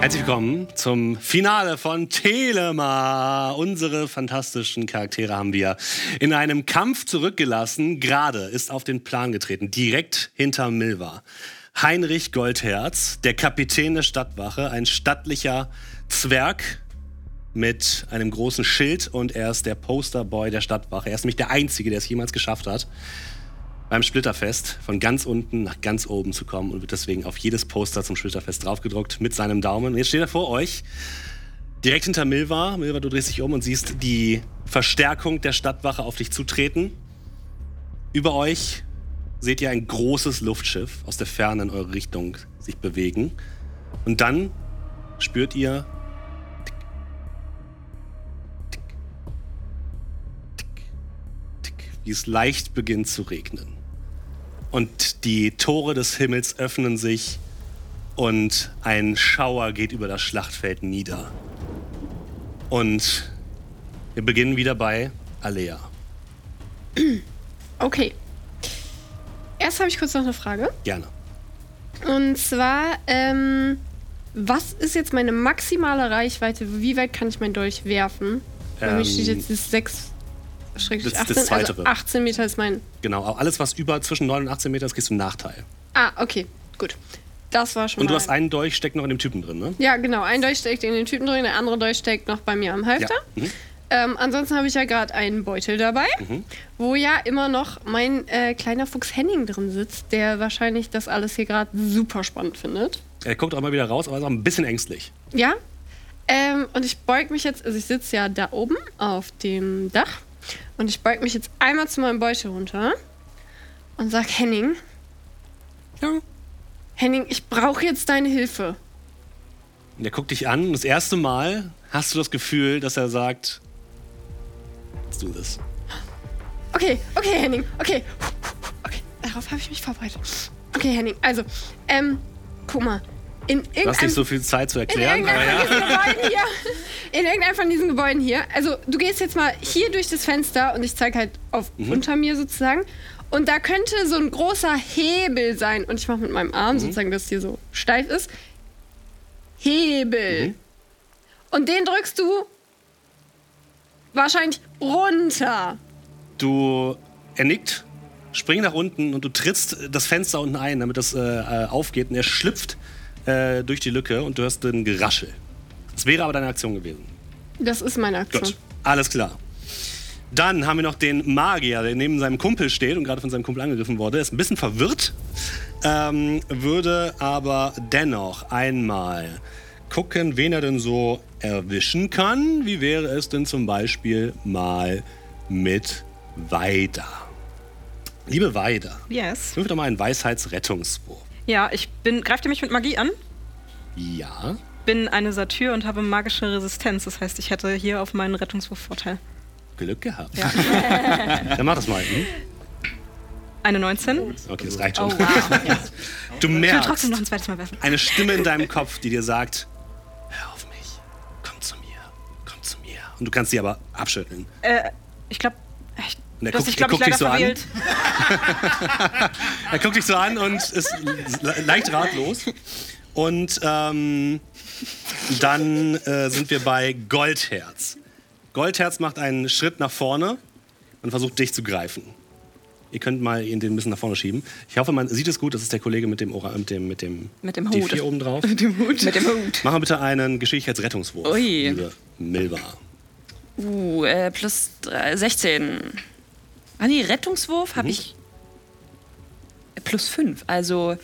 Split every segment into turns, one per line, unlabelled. Herzlich willkommen zum Finale von Telema. Unsere fantastischen Charaktere haben wir in einem Kampf zurückgelassen. Gerade ist auf den Plan getreten, direkt hinter Milva. Heinrich Goldherz, der Kapitän der Stadtwache, ein stattlicher Zwerg mit einem großen Schild und er ist der Posterboy der Stadtwache. Er ist nämlich der Einzige, der es jemals geschafft hat, beim Splitterfest von ganz unten nach ganz oben zu kommen und wird deswegen auf jedes Poster zum Splitterfest draufgedruckt mit seinem Daumen. Und jetzt steht er vor euch, direkt hinter Milva. Milva, du drehst dich um und siehst die Verstärkung der Stadtwache auf dich zutreten. Über euch seht ihr ein großes Luftschiff aus der Ferne in eure Richtung sich bewegen. Und dann spürt ihr wie es leicht beginnt zu regnen. Und die Tore des Himmels öffnen sich und ein Schauer geht über das Schlachtfeld nieder. Und wir beginnen wieder bei Alea.
Okay. Erst habe ich kurz noch eine Frage.
Gerne.
Und zwar, ähm, was ist jetzt meine maximale Reichweite? Wie weit kann ich mein Dolch werfen? Bei mir
Ähm,
steht jetzt dieses 6
das- das
18, also
Zweitere.
18 Meter ist mein...
Genau, aber alles, was über zwischen 9 und 18 Meter ist, kriegst du einen Nachteil.
Ah, okay, gut. Das war schon
Und du
mal...
hast einen Dolch, steckt noch in dem Typen drin, ne?
ja, genau. Ein Dolch steckt in den Typen drin, der andere Dolch steckt noch bei mir am Halfter.
Mhm.
Ähm, ansonsten habe ich ja gerade einen Beutel dabei, wo ja immer noch mein äh, kleiner Fuchs Henning drin sitzt, der wahrscheinlich das alles hier gerade super spannend findet.
Er guckt auch mal wieder raus, aber ist auch ein bisschen ängstlich.
Ja. Ähm, und ich beug mich jetzt, also ich sitze ja da oben auf dem Dach und ich beug mich jetzt einmal zu meinem Beutel runter und sag Henning,
Ja.
Henning, ich brauche jetzt deine Hilfe.
Und er guckt dich an und das erste Mal hast du das Gefühl, dass er sagt, let's do this.
Okay, okay, Henning, okay. Okay, darauf habe ich mich vorbereitet. Okay, Henning, also, ähm, guck mal. In
Du hast
irgendeinem
nicht so viel Zeit zu
In
erklären, aber ja.
irgendeinem von diesen Gebäuden hier. In irgendeinem von diesen Gebäuden hier. Also, du gehst jetzt mal hier durch das Fenster und ich zeige halt auf
Mhm.
unter mir sozusagen. Und da könnte so ein großer Hebel sein. Und ich mache mit meinem
Mhm.
Arm sozusagen, dass hier so steif ist. Hebel.
Mhm.
Und den drückst du wahrscheinlich runter.
Du, er nickt, spring nach unten und du trittst das Fenster unten ein, damit das äh, äh, aufgeht und er schlüpft äh, durch die Lücke und du hörst ein Geraschel. Das wäre aber deine Aktion gewesen.
Das ist meine Aktion.
Gut,
Hm.
alles klar. Dann haben wir noch den Magier, der neben seinem Kumpel steht und gerade von seinem Kumpel angegriffen wurde. Ist ein bisschen verwirrt, ähm, würde aber dennoch einmal gucken, wen er denn so erwischen kann. Wie wäre es denn zum Beispiel mal mit Weider? Liebe Weider,
Yes.
würfel doch mal einen Weisheitsrettungswurf.
Ja, ich bin. Greift ihr mich mit Magie an?
Ja,
Bin eine Satyr und habe magische Resistenz. Das heißt, ich hätte hier auf meinen Rettungswurf Vorteil.
Glück gehabt. Dann mach das mal. Hm?
Eine 19.
Okay, das reicht
Oh,
schon.
wow.
Du
Ich will
merkst.
trotzdem noch ein zweites Mal werfen.
eine Stimme in deinem Kopf, die dir sagt, hör auf mich, komm zu mir, komm zu mir. Und du kannst sie aber abschütteln.
Äh, ich glaube. Ich,
Und er
du hast
guckt-
dich,
er
glaub ich,
guckt dich
leider
so an.
verwählt.
Er guckt dich so an und ist le- leicht ratlos. Und ähm, dann äh, sind wir bei Goldherz. Goldherz macht einen Schritt nach vorne und versucht dich zu greifen. Ihr könnt mal ihn den ein bisschen nach vorne schieben. Ich hoffe, man sieht es gut. Das ist der Kollege mit dem Ora, mit dem mit dem
Mit dem
die
Hut.
vier oben drauf.
dem Hut. Mit dem Hut.
Mach mal bitte einen Geschicklichkeitsrettungswurf,
Ui.
liebe Milva.
Uh, äh, plus drei- 16. Ah nee, Rettungswurf habe ich äh, plus 5, also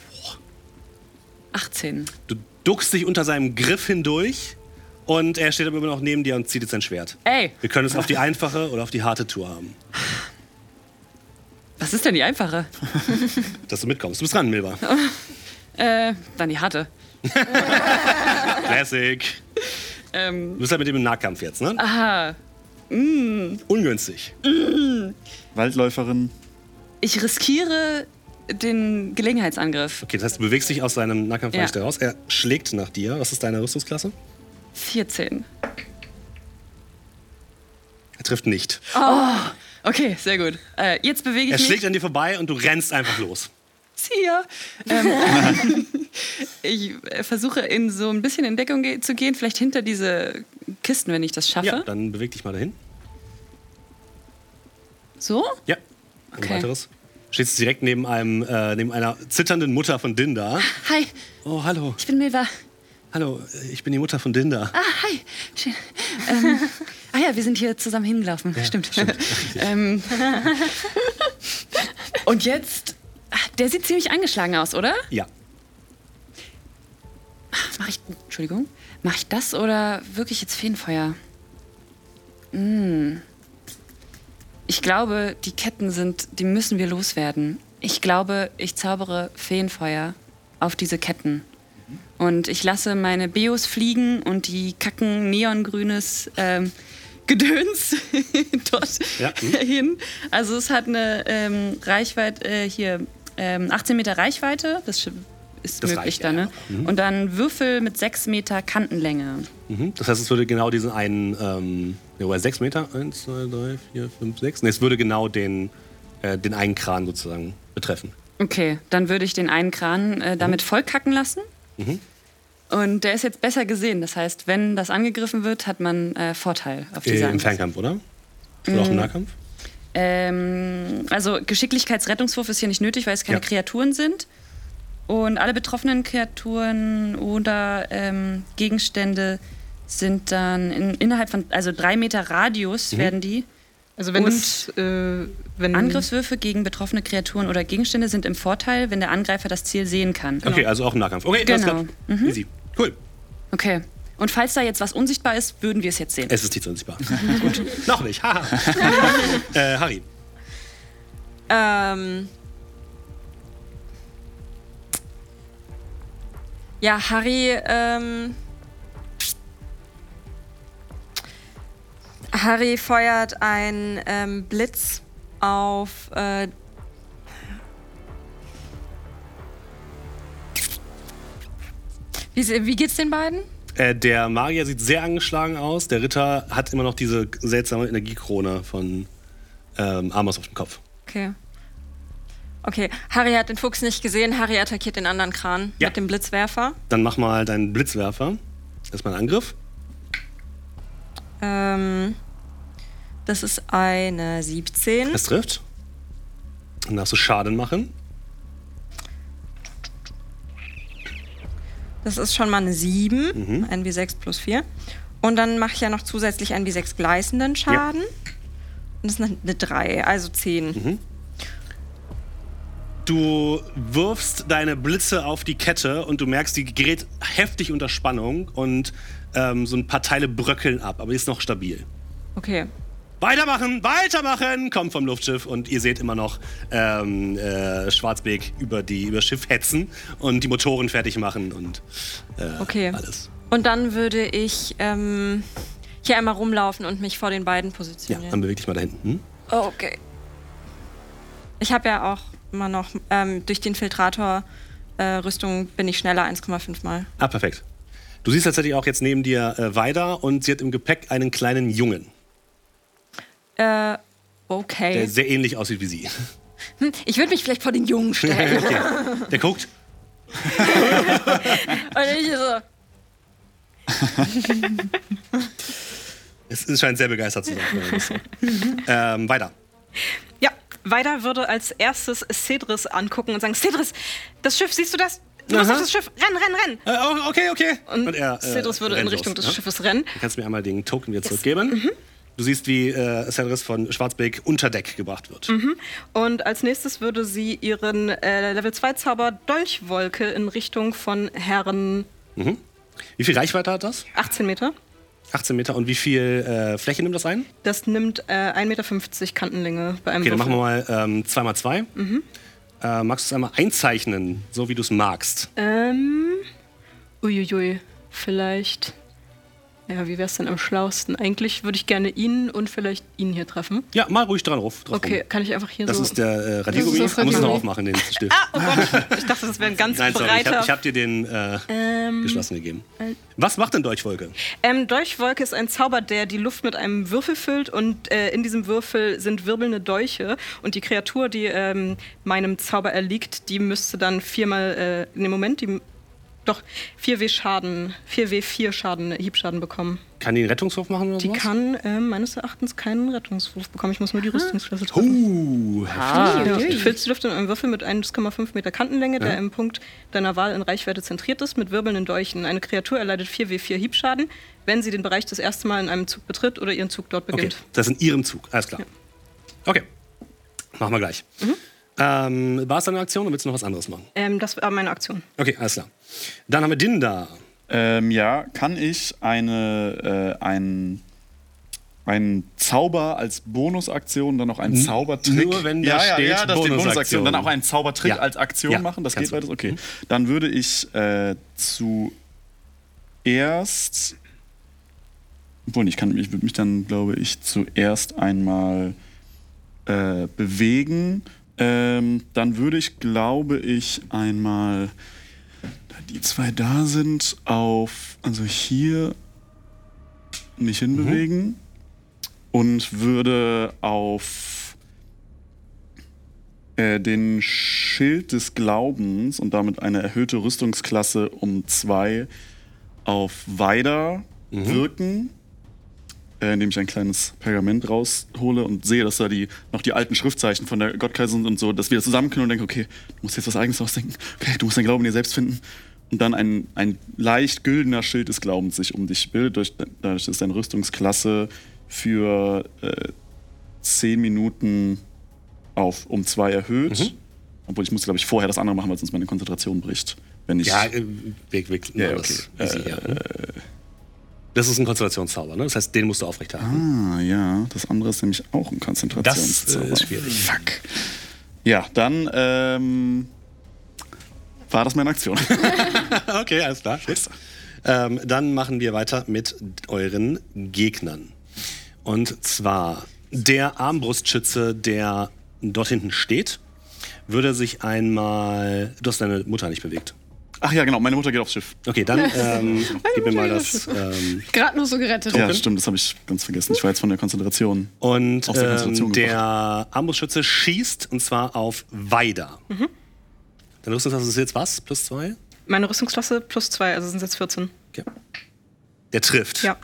18.
Du duckst dich unter seinem Griff hindurch und er steht aber immer noch neben dir und zieht jetzt sein Schwert.
Ey.
Wir können es auf die einfache oder auf die harte Tour haben,
Was ist denn die einfache?
dass du mitkommst. Du bist dran, Milva.
Äh, dann die harte.
Classic.
Ähm,
Du bist halt mit ihm im Nahkampf jetzt, ne?
aha. Mm.
Ungünstig.
Waldläuferin.
Ich riskiere den Gelegenheitsangriff.
Okay, das heißt, du bewegst dich aus seinem Nahkampf
Ja.
nicht raus. Er schlägt nach dir. Was ist deine Rüstungsklasse?
14.
Er trifft nicht.
Okay, sehr gut. Äh, jetzt bewege ich
Er
mich.
schlägt an dir vorbei und du rennst einfach los.
See ya. Ähm, ich äh, versuche in so ein bisschen in Deckung ge zu gehen, vielleicht hinter diese Kisten, wenn ich das schaffe.
Ja, dann beweg dich mal dahin.
So?
Ja. Und
Okay.
weiteres. Stehst direkt neben einem, äh, neben einer zitternden Mutter von Dinda.
Hi,
Oh, hallo.
ich bin Milva.
Hallo, ich bin die Mutter von Dinda.
Ah, hi. Schön. Ähm, ah ja, wir sind hier zusammen hingelaufen. stimmt. ähm, und jetzt, ah, der sieht ziemlich angeschlagen aus, oder?
Ja.
Mach ich, Entschuldigung, mache ich das oder wirklich jetzt Feenfeuer? Mm. Ich glaube, die Ketten sind, die müssen wir loswerden. Ich glaube, ich zaubere Feenfeuer auf diese Ketten. Und ich lasse meine Beos fliegen und die kacken neongrünes ähm, Gedöns dort
Ja, mhm.
hin. Also es hat eine ähm, Reichweite äh, hier, ähm, 18 Meter Reichweite. Das sch- ist
Das
möglich
reicht,
da,
ja.
ne? Und dann Würfel mit 6 Meter Kantenlänge.
Mhm. Das heißt, es würde genau diesen einen, ähm, ja, wobei sechs Meter, eins, zwei, drei, vier, fünf, sechs. Nee, es würde genau den, äh, den einen Kran sozusagen betreffen.
Okay, dann würde ich den einen Kran
Mhm.
äh, damit vollkacken lassen. Und der ist jetzt besser gesehen. Das heißt, wenn das angegriffen wird, hat man äh, Vorteil auf Äh,
Äh,
diese
Im
Angriff.
Fernkampf, oder? Oder auch im Nahkampf?
Ähm, also Geschicklichkeitsrettungswurf ist hier nicht nötig, weil es keine
Ja.
Kreaturen sind. Und alle betroffenen Kreaturen oder ähm, Gegenstände sind dann in, innerhalb von, also drei Meter Radius
Mhm.
werden die.
Also wenn
Und
es, äh, wenn
Angriffswürfe gegen betroffene Kreaturen oder Gegenstände sind im Vorteil, wenn der Angreifer das Ziel sehen kann.
Okay, also auch im Nahkampf. Okay, alles
Genau.
klar. Easy. Cool.
Okay. Und falls da jetzt was unsichtbar ist, würden wir es jetzt sehen.
Es ist nicht unsichtbar. Gut. Noch nicht. Haha. äh, Harry.
Ähm. Ja, Harry, ähm. Harry feuert einen ähm, Blitz auf. Äh, wie, se- wie geht's den beiden?
Äh, der Magier sieht sehr angeschlagen aus. Der Ritter hat immer noch diese seltsame Energiekrone von ähm, Amos auf dem Kopf.
Okay. Okay, Harry hat den Fuchs nicht gesehen. Harry attackiert den anderen Kran
Ja.
mit dem Blitzwerfer.
Dann mach mal deinen Blitzwerfer. Erstmal einen Angriff.
Ähm, das ist eine 17.
Es trifft. Dann darfst du Schaden machen.
Das ist schon mal eine 7. Ein W6 plus 4. Und dann mache ich ja noch zusätzlich einen W6 gleißenden Schaden. Und das ist eine, eine 3, also 10.
Du wirfst deine Blitze auf die Kette und du merkst, die gerät heftig unter Spannung und ähm, so ein paar Teile bröckeln ab, aber die ist noch stabil.
Okay.
Weitermachen, weitermachen! Kommt vom Luftschiff und ihr seht immer noch ähm, äh, Schwarzbeek über, die, über das Schiff hetzen und die Motoren fertig machen und äh,
Okay.
alles.
Und dann würde ich ähm, hier einmal rumlaufen und mich vor den beiden
Ja,
positionieren.
dann beweg dich mal da hinten. Hm?
Oh,
Okay. Ich habe ja auch immer noch ähm, durch die Infiltrator-Rüstung bin ich schneller 1,5 Mal.
Ah, perfekt. Du siehst tatsächlich auch jetzt neben dir äh, Weida und sie hat im Gepäck einen kleinen Jungen,
Äh,
der
okay.
sehr ähnlich aussieht wie sie.
Hm, Ich würde mich vielleicht vor den Jungen stellen.
Äh.
Okay. Der guckt.
Und ich so,
Es ist- scheint sehr begeistert zu sein. wenn man das so- ähm, weiter.
Ja, weiter würde als erstes Cedris angucken und sagen, Cedris, das Schiff, siehst du das? Du musst
Aha.
auf das Schiff, renn, renn, renn.
Äh, oh, okay, okay. äh,
Und, Cedris würde in
rennt
Richtung
los,
des
ne?
Schiffes rennen. Mhm.
Du kannst mir einmal den Token wieder zurückgeben. Du siehst, wie äh, Cedris von Schwarzbeck unter Deck gebracht wird.
Mhm. Und als nächstes würde sie ihren äh, Level 2 Zauber Dolchwolke in Richtung von Herren
Wie viel Reichweite hat das?
18 Meter.
18 Meter. Und wie viel äh, Fläche nimmt das ein?
Das nimmt äh, 1,50 Meter Kantenlänge bei einem
Okay, dann machen
Würfel.
wir mal 2x2.
Mhm.
Äh, magst du es einmal einzeichnen, so wie du es magst?
Ähm. Uiuiui, vielleicht. Ja, wie wär's denn am schlausten? Eigentlich würde ich gerne ihn und vielleicht ihn hier treffen.
Ja, mal ruhig dran rauf. Drauf
Okay,
rum.
kann ich einfach hier
Das
so. Ah,
ist der äh, Radiergummi.
Das ist das
Du musst es noch
Radiergummi.
aufmachen, den Stift.
oh Gott, ich dachte, das wäre ein ganz
Nein, sorry, ich
breiter.
habe ich hab dir den. Äh,
Ähm,
geschlossen gegeben. Was macht denn Deutschwolke?
Ähm, Dolchwolke ist ein Zauber, der die Luft mit einem Würfel füllt und äh, in diesem Würfel sind wirbelnde Dolche und die Kreatur, die ähm, meinem Zauber erliegt, die müsste dann viermal, äh, nee, Moment, die, doch, 4W Schaden, 4W4 Schaden, äh, Hiebschaden bekommen.
Kann die einen Rettungswurf machen oder
Die
sowas?
kann äh, meines Erachtens keinen Rettungswurf bekommen, ich muss nur die Rüstungsklasse treffen.
Uh,
Ja. Du füllst die Luft in einem Würfel mit 1,5 Meter Kantenlänge, der im Punkt deiner Wahl in Reichweite zentriert ist, mit wirbelnden Dolchen. Eine Kreatur erleidet 4W4 Hiebschaden, wenn sie den Bereich das erste Mal in einem Zug betritt oder ihren Zug dort
okay.
beginnt.
Das ist in ihrem Zug, alles klar. Okay, machen wir gleich.
Mhm.
Ähm, war es deine Aktion oder willst du noch was anderes machen?
Ähm, das war meine Aktion.
Okay, alles klar. Dann haben wir Dinda.
Ähm, ja, kann ich eine, äh, ein, einen Zauber als Bonusaktion, dann auch einen Zaubertrick.
nur wenn da
ja, ja,
steht
ja, dass die
Bonusaktion.
Bonusaktion, dann auch einen Zaubertrick
Ja.
als Aktion
Ja,
machen, das
kannst
geht
du. Mhm.
beides, okay. Dann würde ich äh, zuerst. Obwohl, nee, ich, kann, ich würde mich dann, glaube ich, zuerst einmal äh, bewegen. Ähm, dann würde ich, glaube ich, einmal die zwei da sind, auf, also hier mich
Mhm.
hinbewegen und würde auf äh, den Schild des Glaubens und damit eine erhöhte Rüstungsklasse um zwei auf Weider wirken, äh, indem ich ein kleines Pergament raushole und sehe, dass da die, noch die alten Schriftzeichen von der Gottkaise sind und so, dass wir das zusammen können und denke, okay, du musst jetzt was Eigenes ausdenken, okay, du musst deinen Glauben in dir selbst finden. Und dann ein, ein leicht güldener Schild des Glaubens sich um dich bildet, durch, dadurch ist deine Rüstungsklasse für äh, 10 Minuten auf um zwei erhöht. Obwohl ich muss, glaube ich, vorher das andere machen, weil sonst meine Konzentration bricht. Wenn ich
Ja, äh, wir wechseln
Ja,
mal
okay.
das. Easy, ja, ne? Das ist ein Konstellationszauber, ne? Das heißt, den musst du aufrechterhalten.
Ah, ja. Das andere ist nämlich auch ein
Das
Konzentrationszauber.
äh, ist schwierig.
Fuck. Ja, dann ähm, war das meine Aktion.
Ah. Okay, alles klar. Ähm, dann machen wir weiter mit euren Gegnern. Und zwar der Armbrustschütze, der dort hinten steht, würde sich einmal. Du hast deine Mutter nicht bewegt.
Ach ja, genau. Meine Mutter geht aufs Schiff.
Okay, dann ähm, gib mir
Mutter
mal
geht
das. Ähm,
Gerade noch so gerettet.
Ja, stimmt. Das habe ich ganz vergessen. Ich war jetzt von der Konzentration.
und
Aus der
ähm,
Konzentration
der Armbrustschütze schießt und zwar auf Weider. Mhm. Dann Rüstungsklasse ist jetzt was? Plus zwei?
Meine Rüstungsklasse plus zwei, also sind es jetzt 14.
Okay. Der trifft.
Ja.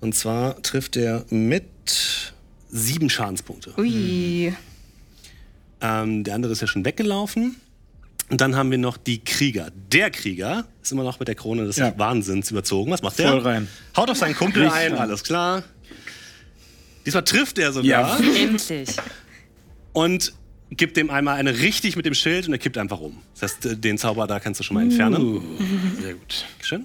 Und zwar trifft er mit sieben Schadenspunkte. Hm.
Ui.
Ähm, der andere ist ja schon weggelaufen. Und dann haben wir noch die Krieger. Der Krieger ist immer noch mit der Krone des
Ja.
Wahnsinns überzogen. Was macht der?
Voll rein.
Haut auf seinen Kumpel
Richtig
ein,
rein.
alles klar. Diesmal trifft er sogar
Endlich.
und gibt dem einmal eine richtig mit dem Schild und er kippt einfach um. Das heißt, äh, den Zauber da kannst du schon mal entfernen.
Uh. Mhm. Sehr gut.
Schön.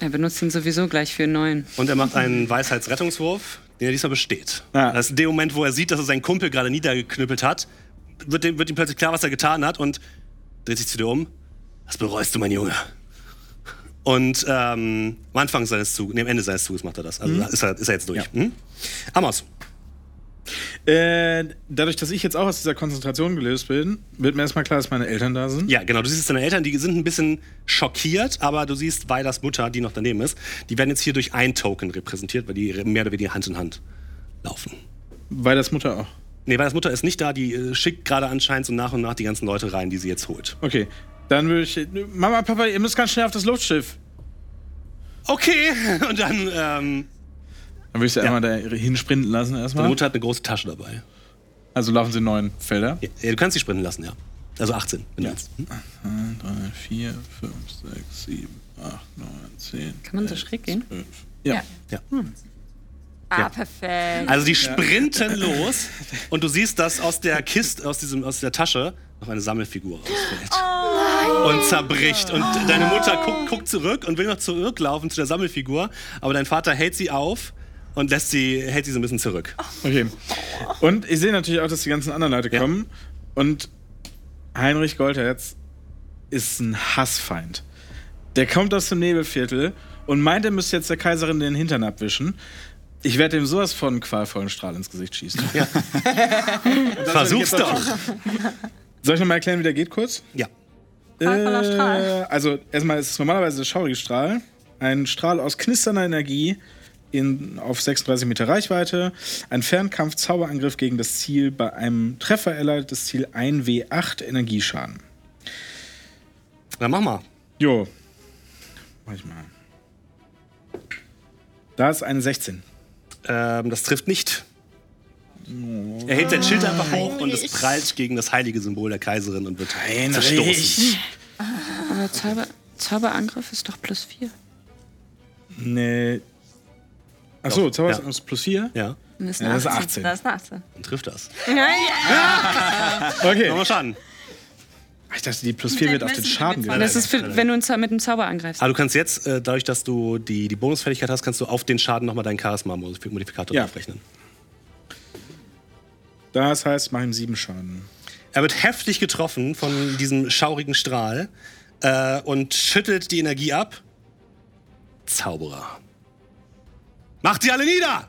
Er benutzt ihn sowieso gleich für neun.
Und er macht einen Weisheitsrettungswurf, den er diesmal besteht.
Ah.
Das ist in dem Moment, wo er sieht, dass er seinen Kumpel gerade niedergeknüppelt hat, wird ihm, wird ihm plötzlich klar, was er getan hat und dreht sich zu dir um. Das bereust du, mein Junge. Und ähm, am Anfang seines Zuges, nee, am Ende seines Zuges macht er das. Also
Mhm.
da ist, er, ist er jetzt durch. Hm? Amos.
Äh, dadurch, dass ich jetzt auch aus dieser Konzentration gelöst bin, wird mir erstmal klar, dass meine Eltern da sind.
Ja, genau. Du siehst deine Eltern, die sind ein bisschen schockiert, aber du siehst Weilers Mutter, die noch daneben ist. Die werden jetzt hier durch ein Token repräsentiert, weil die mehr oder weniger Hand in Hand laufen.
Weil das Mutter auch.
Nee, Weilers Mutter ist nicht da, die äh, schickt gerade anscheinend so nach und nach die ganzen Leute rein, die sie jetzt holt.
Okay. Dann würde ich. Mama, Papa, ihr müsst ganz schnell auf das Luftschiff.
Okay, und dann, ähm,
Dann würde ich sie einmal da hinsprinten lassen
deine
erstmal.
Mutter hat eine große Tasche dabei.
Also laufen sie neun Felder.
Ja, du kannst sie sprinten lassen, ja. Also 18, wenn du willst. Hm?
3, 4, 5, 6, 7, 8, 9, 10.
Kann man so schräg gehen?
Ja.
Ja.
Ah, perfekt.
Also die sprinten los und du siehst, dass aus der Kiste, aus, diesem, aus der Tasche noch eine Sammelfigur rausfällt. und zerbricht. Und deine Mutter guckt, guckt zurück und will noch zurücklaufen zu der Sammelfigur, aber dein Vater hält sie auf und lässt sie, hält sie so ein bisschen zurück.
Okay. Und ich sehe natürlich auch, dass die ganzen anderen Leute
Ja.
kommen. Und Heinrich Goldherz ist ein Hassfeind. Der kommt aus dem Nebelviertel und meint, er müsste jetzt der Kaiserin den Hintern abwischen. Ich werde dem sowas von qualvollen Strahl ins Gesicht schießen.
Versuch's
jetzt
doch.
Soll ich nochmal erklären, wie der geht kurz?
Ja.
Qualvoller Strahl.
Äh, also erstmal ist es normalerweise der schaurige Strahl. Ein Strahl aus knisternder Energie in, auf 36 Meter Reichweite. Ein Fernkampf-Zauberangriff gegen das Ziel. Bei einem Treffer erleidet das Ziel 1W8 Energieschaden.
Dann mach mal.
Jo. Mach ich mal. Da ist eine 16.
Ähm, das trifft nicht. Er hält sein Schild einfach hoch und es prallt gegen das heilige Symbol der Kaiserin und wird zerstoßen.
Aber Zauber, Zauberangriff ist doch plus vier.
Nee. Achso,
Doch,
Zauber
ja.
ist plus 4.
Ja,
Und ist
Ja,
eine
das ist
18.
18.
Das ist eine 18.
dann trifft das.
Okay.
Nochmal Schaden.
Ich dachte, die plus 4 wird auf den Schaden
Und das
gerechnet.
ist, für, wenn du einen Zau- mit einem Zauber angreifst.
Aber du kannst jetzt, äh, dadurch, dass du die, die Bonusfähigkeit hast, kannst du auf den Schaden nochmal deinen Charisma-Modifikator
Ja.
draufrechnen.
Das heißt, mach ihm 7 Schaden.
Er wird heftig getroffen von diesem schaurigen Strahl äh, und schüttelt die Energie ab. Zauberer. Macht sie alle nieder!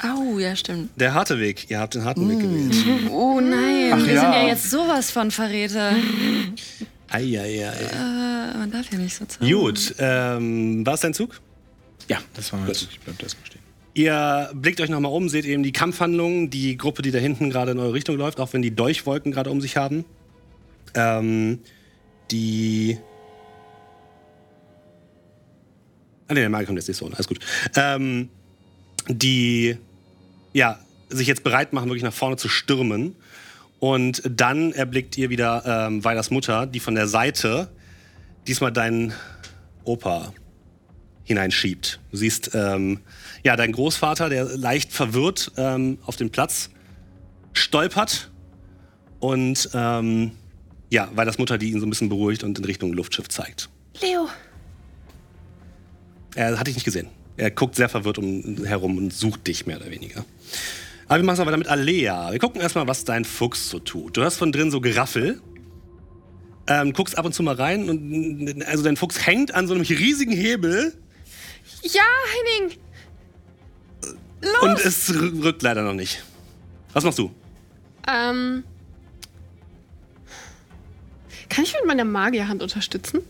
Au, ja, stimmt.
Der harte Weg. Ihr habt den harten Weg gewählt.
Oh nein, wir
ja.
sind ja jetzt sowas von Verräter.
Eieiei.
Man darf ja nicht so zaubern.
Gut, ähm, war es dein Zug?
Ja, das war mein Zug. Ich bleib da erstmal stehen.
Ihr blickt euch nochmal um, seht eben die Kampfhandlungen, die Gruppe, die da hinten gerade in eure Richtung läuft, auch wenn die Dolchwolken gerade um sich haben. Ähm, die. Ah, ne, der Magier kommt jetzt nicht so, alles gut. Ähm, die. Ja, sich jetzt bereit machen, wirklich nach vorne zu stürmen. Und dann erblickt ihr wieder ähm, Weilers Mutter, die von der Seite diesmal deinen Opa hineinschiebt. Du siehst ähm, ja deinen Großvater, der leicht verwirrt ähm, auf den Platz stolpert und ähm, ja, weil das Mutter, die ihn so ein bisschen beruhigt und in Richtung Luftschiff zeigt.
Leo.
Er hat dich nicht gesehen. Er guckt sehr verwirrt um, herum und sucht dich mehr oder weniger. Aber wir machen es aber mit Alea. Wir gucken erstmal, was dein Fuchs so tut. Du hörst von drin so Geraffel. Ähm, guckst ab und zu mal rein und also dein Fuchs hängt an so einem riesigen Hebel
Ja, Henning!
und es rü- rückt leider noch nicht. Was machst du?
Ähm. Kann ich mit meiner Magierhand unterstützen?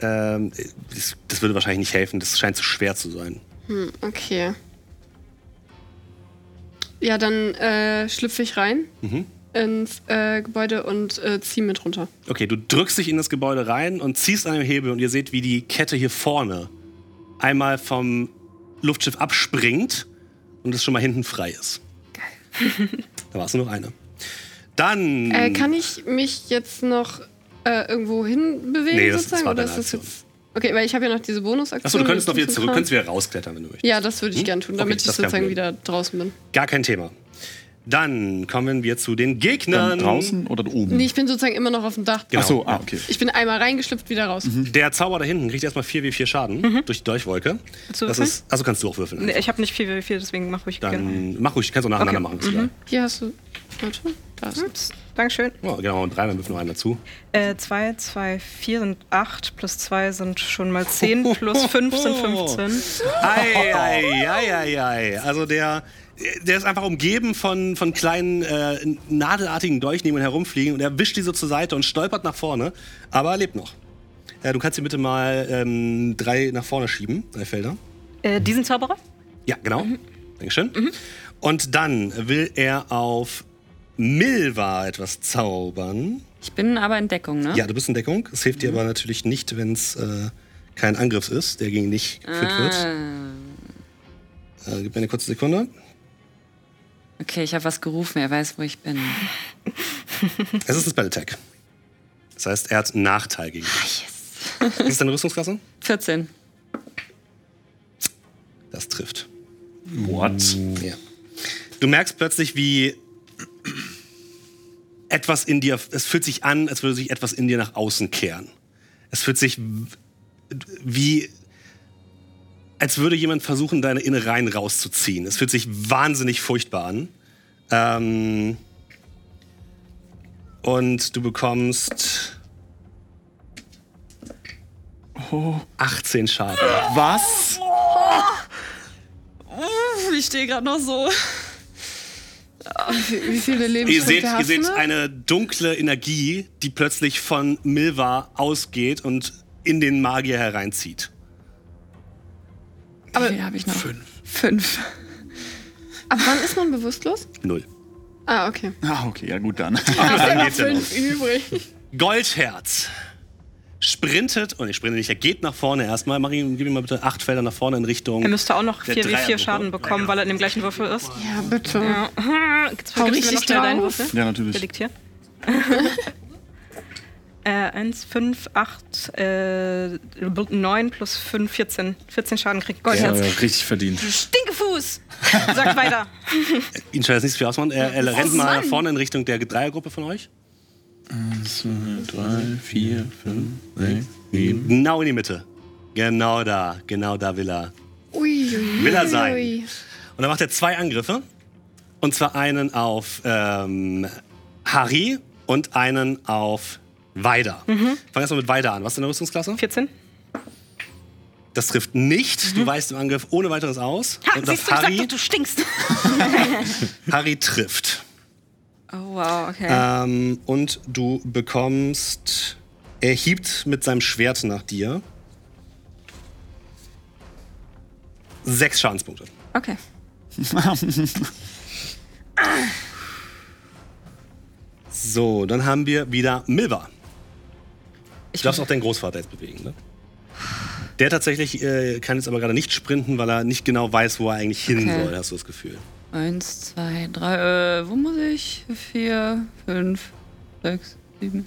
Ähm, das, das würde wahrscheinlich nicht helfen. Das scheint zu schwer zu sein.
Hm, okay. Ja, dann äh, schlüpfe ich rein
Mhm.
ins äh, Gebäude und äh, ziehe mit runter.
Okay, du drückst dich in das Gebäude rein und ziehst an dem Hebel und ihr seht, wie die Kette hier vorne einmal vom Luftschiff abspringt und es schon mal hinten frei ist. Geil. da war es nur noch eine. Dann.
Äh, kann ich mich jetzt noch äh, irgendwo hinbewegen
Nee, das- das
sozusagen?
war
oder
deine
ist das
Aktion.
jetzt. Okay, weil ich habe ja noch diese Bonusaktion.
Achso, du könntest noch wieder
mit
zurück,
diesem
könntest wieder rausklettern, wenn du möchtest.
Kram. Ja, das würde ich
Hm?
gern tun,
Okay,
damit ich
das ist kein
sozusagen
Problem.
wieder draußen bin.
Gar kein Thema. Dann kommen wir zu den Gegnern.
Dann draußen oder oben?
Nee, ich bin sozusagen immer noch auf dem Dach.
Genau.
Achso, ah, okay.
Ich bin einmal reingeschlüpft, wieder raus.
Der Zauber da hinten kriegt erstmal 4w4 Schaden durch die Dolchwolke.
du
Das
Mhm. würfeln?
ist, also kannst du auch würfeln.
Nee, ich genau. habe nicht viel, viel, viel, deswegen mach ruhig gerne.
Dann mach ruhig, kannst du auch nacheinander machen. Ist
Mhm.
egal.
Hier hast du. Warte, da ist es.
Dankeschön.
Ja, genau, und drei, dann wirf noch einen dazu.
Äh, 2, 2, 4 sind 8, plus 2 sind schon mal 10, plus 5 sind 15.
Ei, ei, ei, ei, ei. Also der, der ist einfach umgeben von, von kleinen äh, nadelartigen Dolchen, die um ihn herumfliegen und er wischt die so zur Seite und stolpert nach vorne, aber er lebt noch. Äh, du kannst ihn bitte mal ähm, drei nach vorne schieben, drei Felder.
Äh, diesen Zauberer?
Ja, genau. Dankeschön. Und dann will er auf Milva etwas zaubern.
Ich bin aber in Deckung, ne?
Ja, du bist in Deckung. Es hilft dir aber natürlich nicht, wenn es äh, kein Angriff ist, der gegen dich geführt
Ah.
wird. Äh, gib mir eine kurze Sekunde.
Okay, ich habe was gerufen, er weiß, wo ich bin.
Es ist ein Spell Attack. Das heißt, er hat einen Nachteil gegen dich. Yes. ist es deine Rüstungsklasse?
14.
Das trifft.
What?
Ja. Du merkst plötzlich, wie etwas in dir, es fühlt sich an, als würde sich etwas in dir nach außen kehren. Es fühlt sich w- wie, als würde jemand versuchen, deine Innereien rauszuziehen. Es fühlt sich wahnsinnig furchtbar an. Ähm, und du bekommst 18 oh, Schaden.
Was?
Puh, ich stehe gerade noch so.
Wie viele
Ihr
Lebenspunkte
seht,
hast
ihr seht
du?
eine dunkle Energie, die plötzlich von Milva ausgeht und in den Magier hereinzieht.
Aber Wie viel habe ich noch? Fünf. Fünf.
Ab wann ist man bewusstlos?
Null.
Ah, okay.
Ah, okay, ja gut dann.
Hast ja
dann
noch
geht's ja
fünf übrig.
Goldherz sprintet, und ich sprinte nicht, er geht nach vorne erstmal. Mach ihm, gib ihm mal bitte acht Felder nach vorne in Richtung.
Er müsste auch noch
Der
4W4
Dreierwürfel.
Schaden bekommen, weil er in dem gleichen Würfel ist.
Ja, bitte.
Ja. Hau
richtig
noch schnell deinen
drauf.
Würfel.
Ja,
Der
natürlich.
liegt hier. äh, 1, 5, 8, äh, 9 plus 5, 14. 14 Schaden kriegt Goldherz.
richtig verdient.
Stinkefuß! Sagt weiter.
Ihn scheint das nicht so viel ausmachen. Er, er rennt mal nach vorne in Richtung der Dreiergruppe von euch.
Drei, vier, fünf, sechs.
Genau in die Mitte. Genau da, genau da will er.
Ui, ui,
Will er
ui,
sein.
ui.
Und dann macht er zwei Angriffe. Und zwar einen auf ähm, Harry und einen auf Weider.
Mhm.
Fangen wir erstmal mit Weider an. Was ist deine Rüstungsklasse?
14?
Das trifft nicht. Du weißt im Angriff ohne weiteres aus.
Mhm. Ha,
und auf
siehst du, ich sag
Harry,
doch, du stinkst.
Harry trifft.
Oh, wow, okay.
Ähm, und du bekommst. Er hiebt mit seinem Schwert nach dir. Sechs Schadenspunkte.
Okay.
So, dann haben wir wieder Milva. Ich darfst auch deinen Großvater jetzt bewegen, ne? Der tatsächlich äh, kann jetzt aber gerade nicht sprinten, weil er nicht genau weiß, wo er eigentlich hin
Okay.
soll, hast du das Gefühl.
Eins, zwei, drei. Äh, wo muss ich? Vier, fünf, sechs, sieben.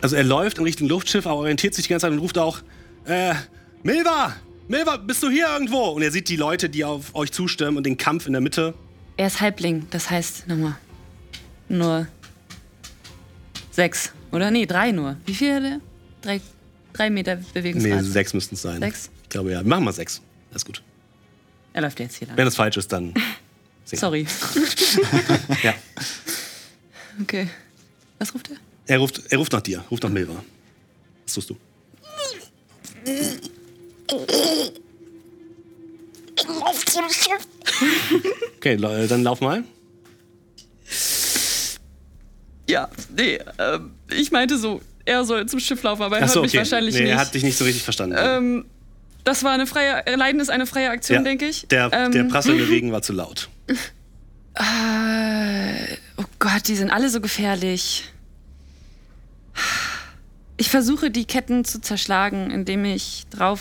Also er läuft in Richtung Luftschiff, aber orientiert sich die ganze Zeit und ruft auch, äh, Milva! Milva, bist du hier irgendwo? Und er sieht die Leute, die auf euch zustimmen und den Kampf in der Mitte.
Er ist Halbling, das heißt nochmal. Nur sechs, oder? Nee, drei nur. Wie viel hat er? Drei, drei Meter
Nee,
Bewegungsrad.
sechs müssten es sein.
Sechs?
Ich glaube ja. Wir machen mal sechs. Alles gut.
er läuft jetzt hier lang.
Wenn es falsch ist, dann.
Sorry.
Ja.
Okay. Was ruft er?
Er ruft, er ruft nach dir, ruft nach Milva. Was tust du? Okay, lo- äh, dann lauf mal.
Ja, nee, ähm, ich meinte so, er soll zum Schiff laufen, aber er
Ach so,
hört mich wahrscheinlich
nee,
nicht.
Er hat dich nicht so richtig verstanden.
ähm, das war eine freie, Leiden ist eine freie Aktion,
Ja.
denke ich.
Der,
ähm,
der prasselnde Regen war zu laut.
Äh, oh Gott, die sind alle so gefährlich. Ich versuche, die Ketten zu zerschlagen, indem ich drauf.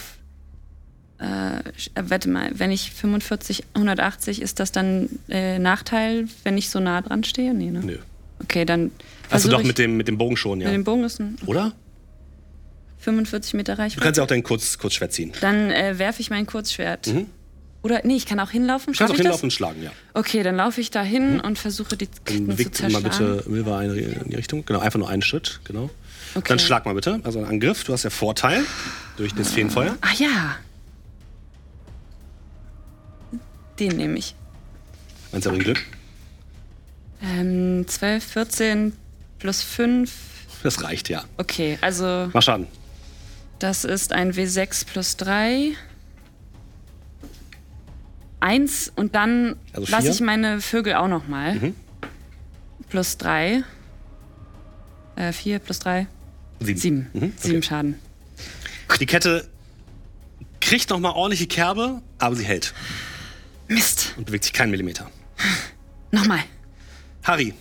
Äh, sch- äh, wette mal, wenn ich 45, 180, ist das dann äh, Nachteil, wenn ich so nah dran stehe? Nee, ne?
Nö.
Okay, dann.
Hast du
versuche
Also doch
ich-
mit dem, mit dem Bogen schon, ja.
Also Mit dem Bogen ist ein
Oder?
45 Meter
Du
Reichweite.
kannst ja auch deinen Kurz, Kurzschwert ziehen. Du
Dann äh, werfe ich mein Kurzschwert. Oder, nee, ich kann auch hinlaufen.
kannst
Schaffe
Mhm. auch
ich
hinlaufen und schlagen, ja.
das? Okay, dann laufe ich da hin und versuche, die
Dann
Ketten zu
bewegt mal
zerschlagen.
bitte Milva eine- in die Richtung. Genau, einfach nur einen Schritt, genau.
Okay.
Dann schlag mal bitte. Also einen Angriff. Du hast ja Vorteil durch das Feenfeuer.
Ah ja. Den nehme ich.
Eins aber Glück.
Ähm, 12, 14 plus 5.
Das reicht, ja.
Okay, also
Mach Schaden.
das ist ein W6 plus 3. 1 und dann
Also vier.
lasse
Mhm.
ich meine Vögel auch nochmal. Plus 3. Äh, 4 plus 3.
Sieben. Mhm,
7. 7 Schaden.
Die Kette kriegt nochmal ordentliche Kerbe, aber sie hält
Mist.
und bewegt sich keinen Millimeter.
Nochmal.
Harry.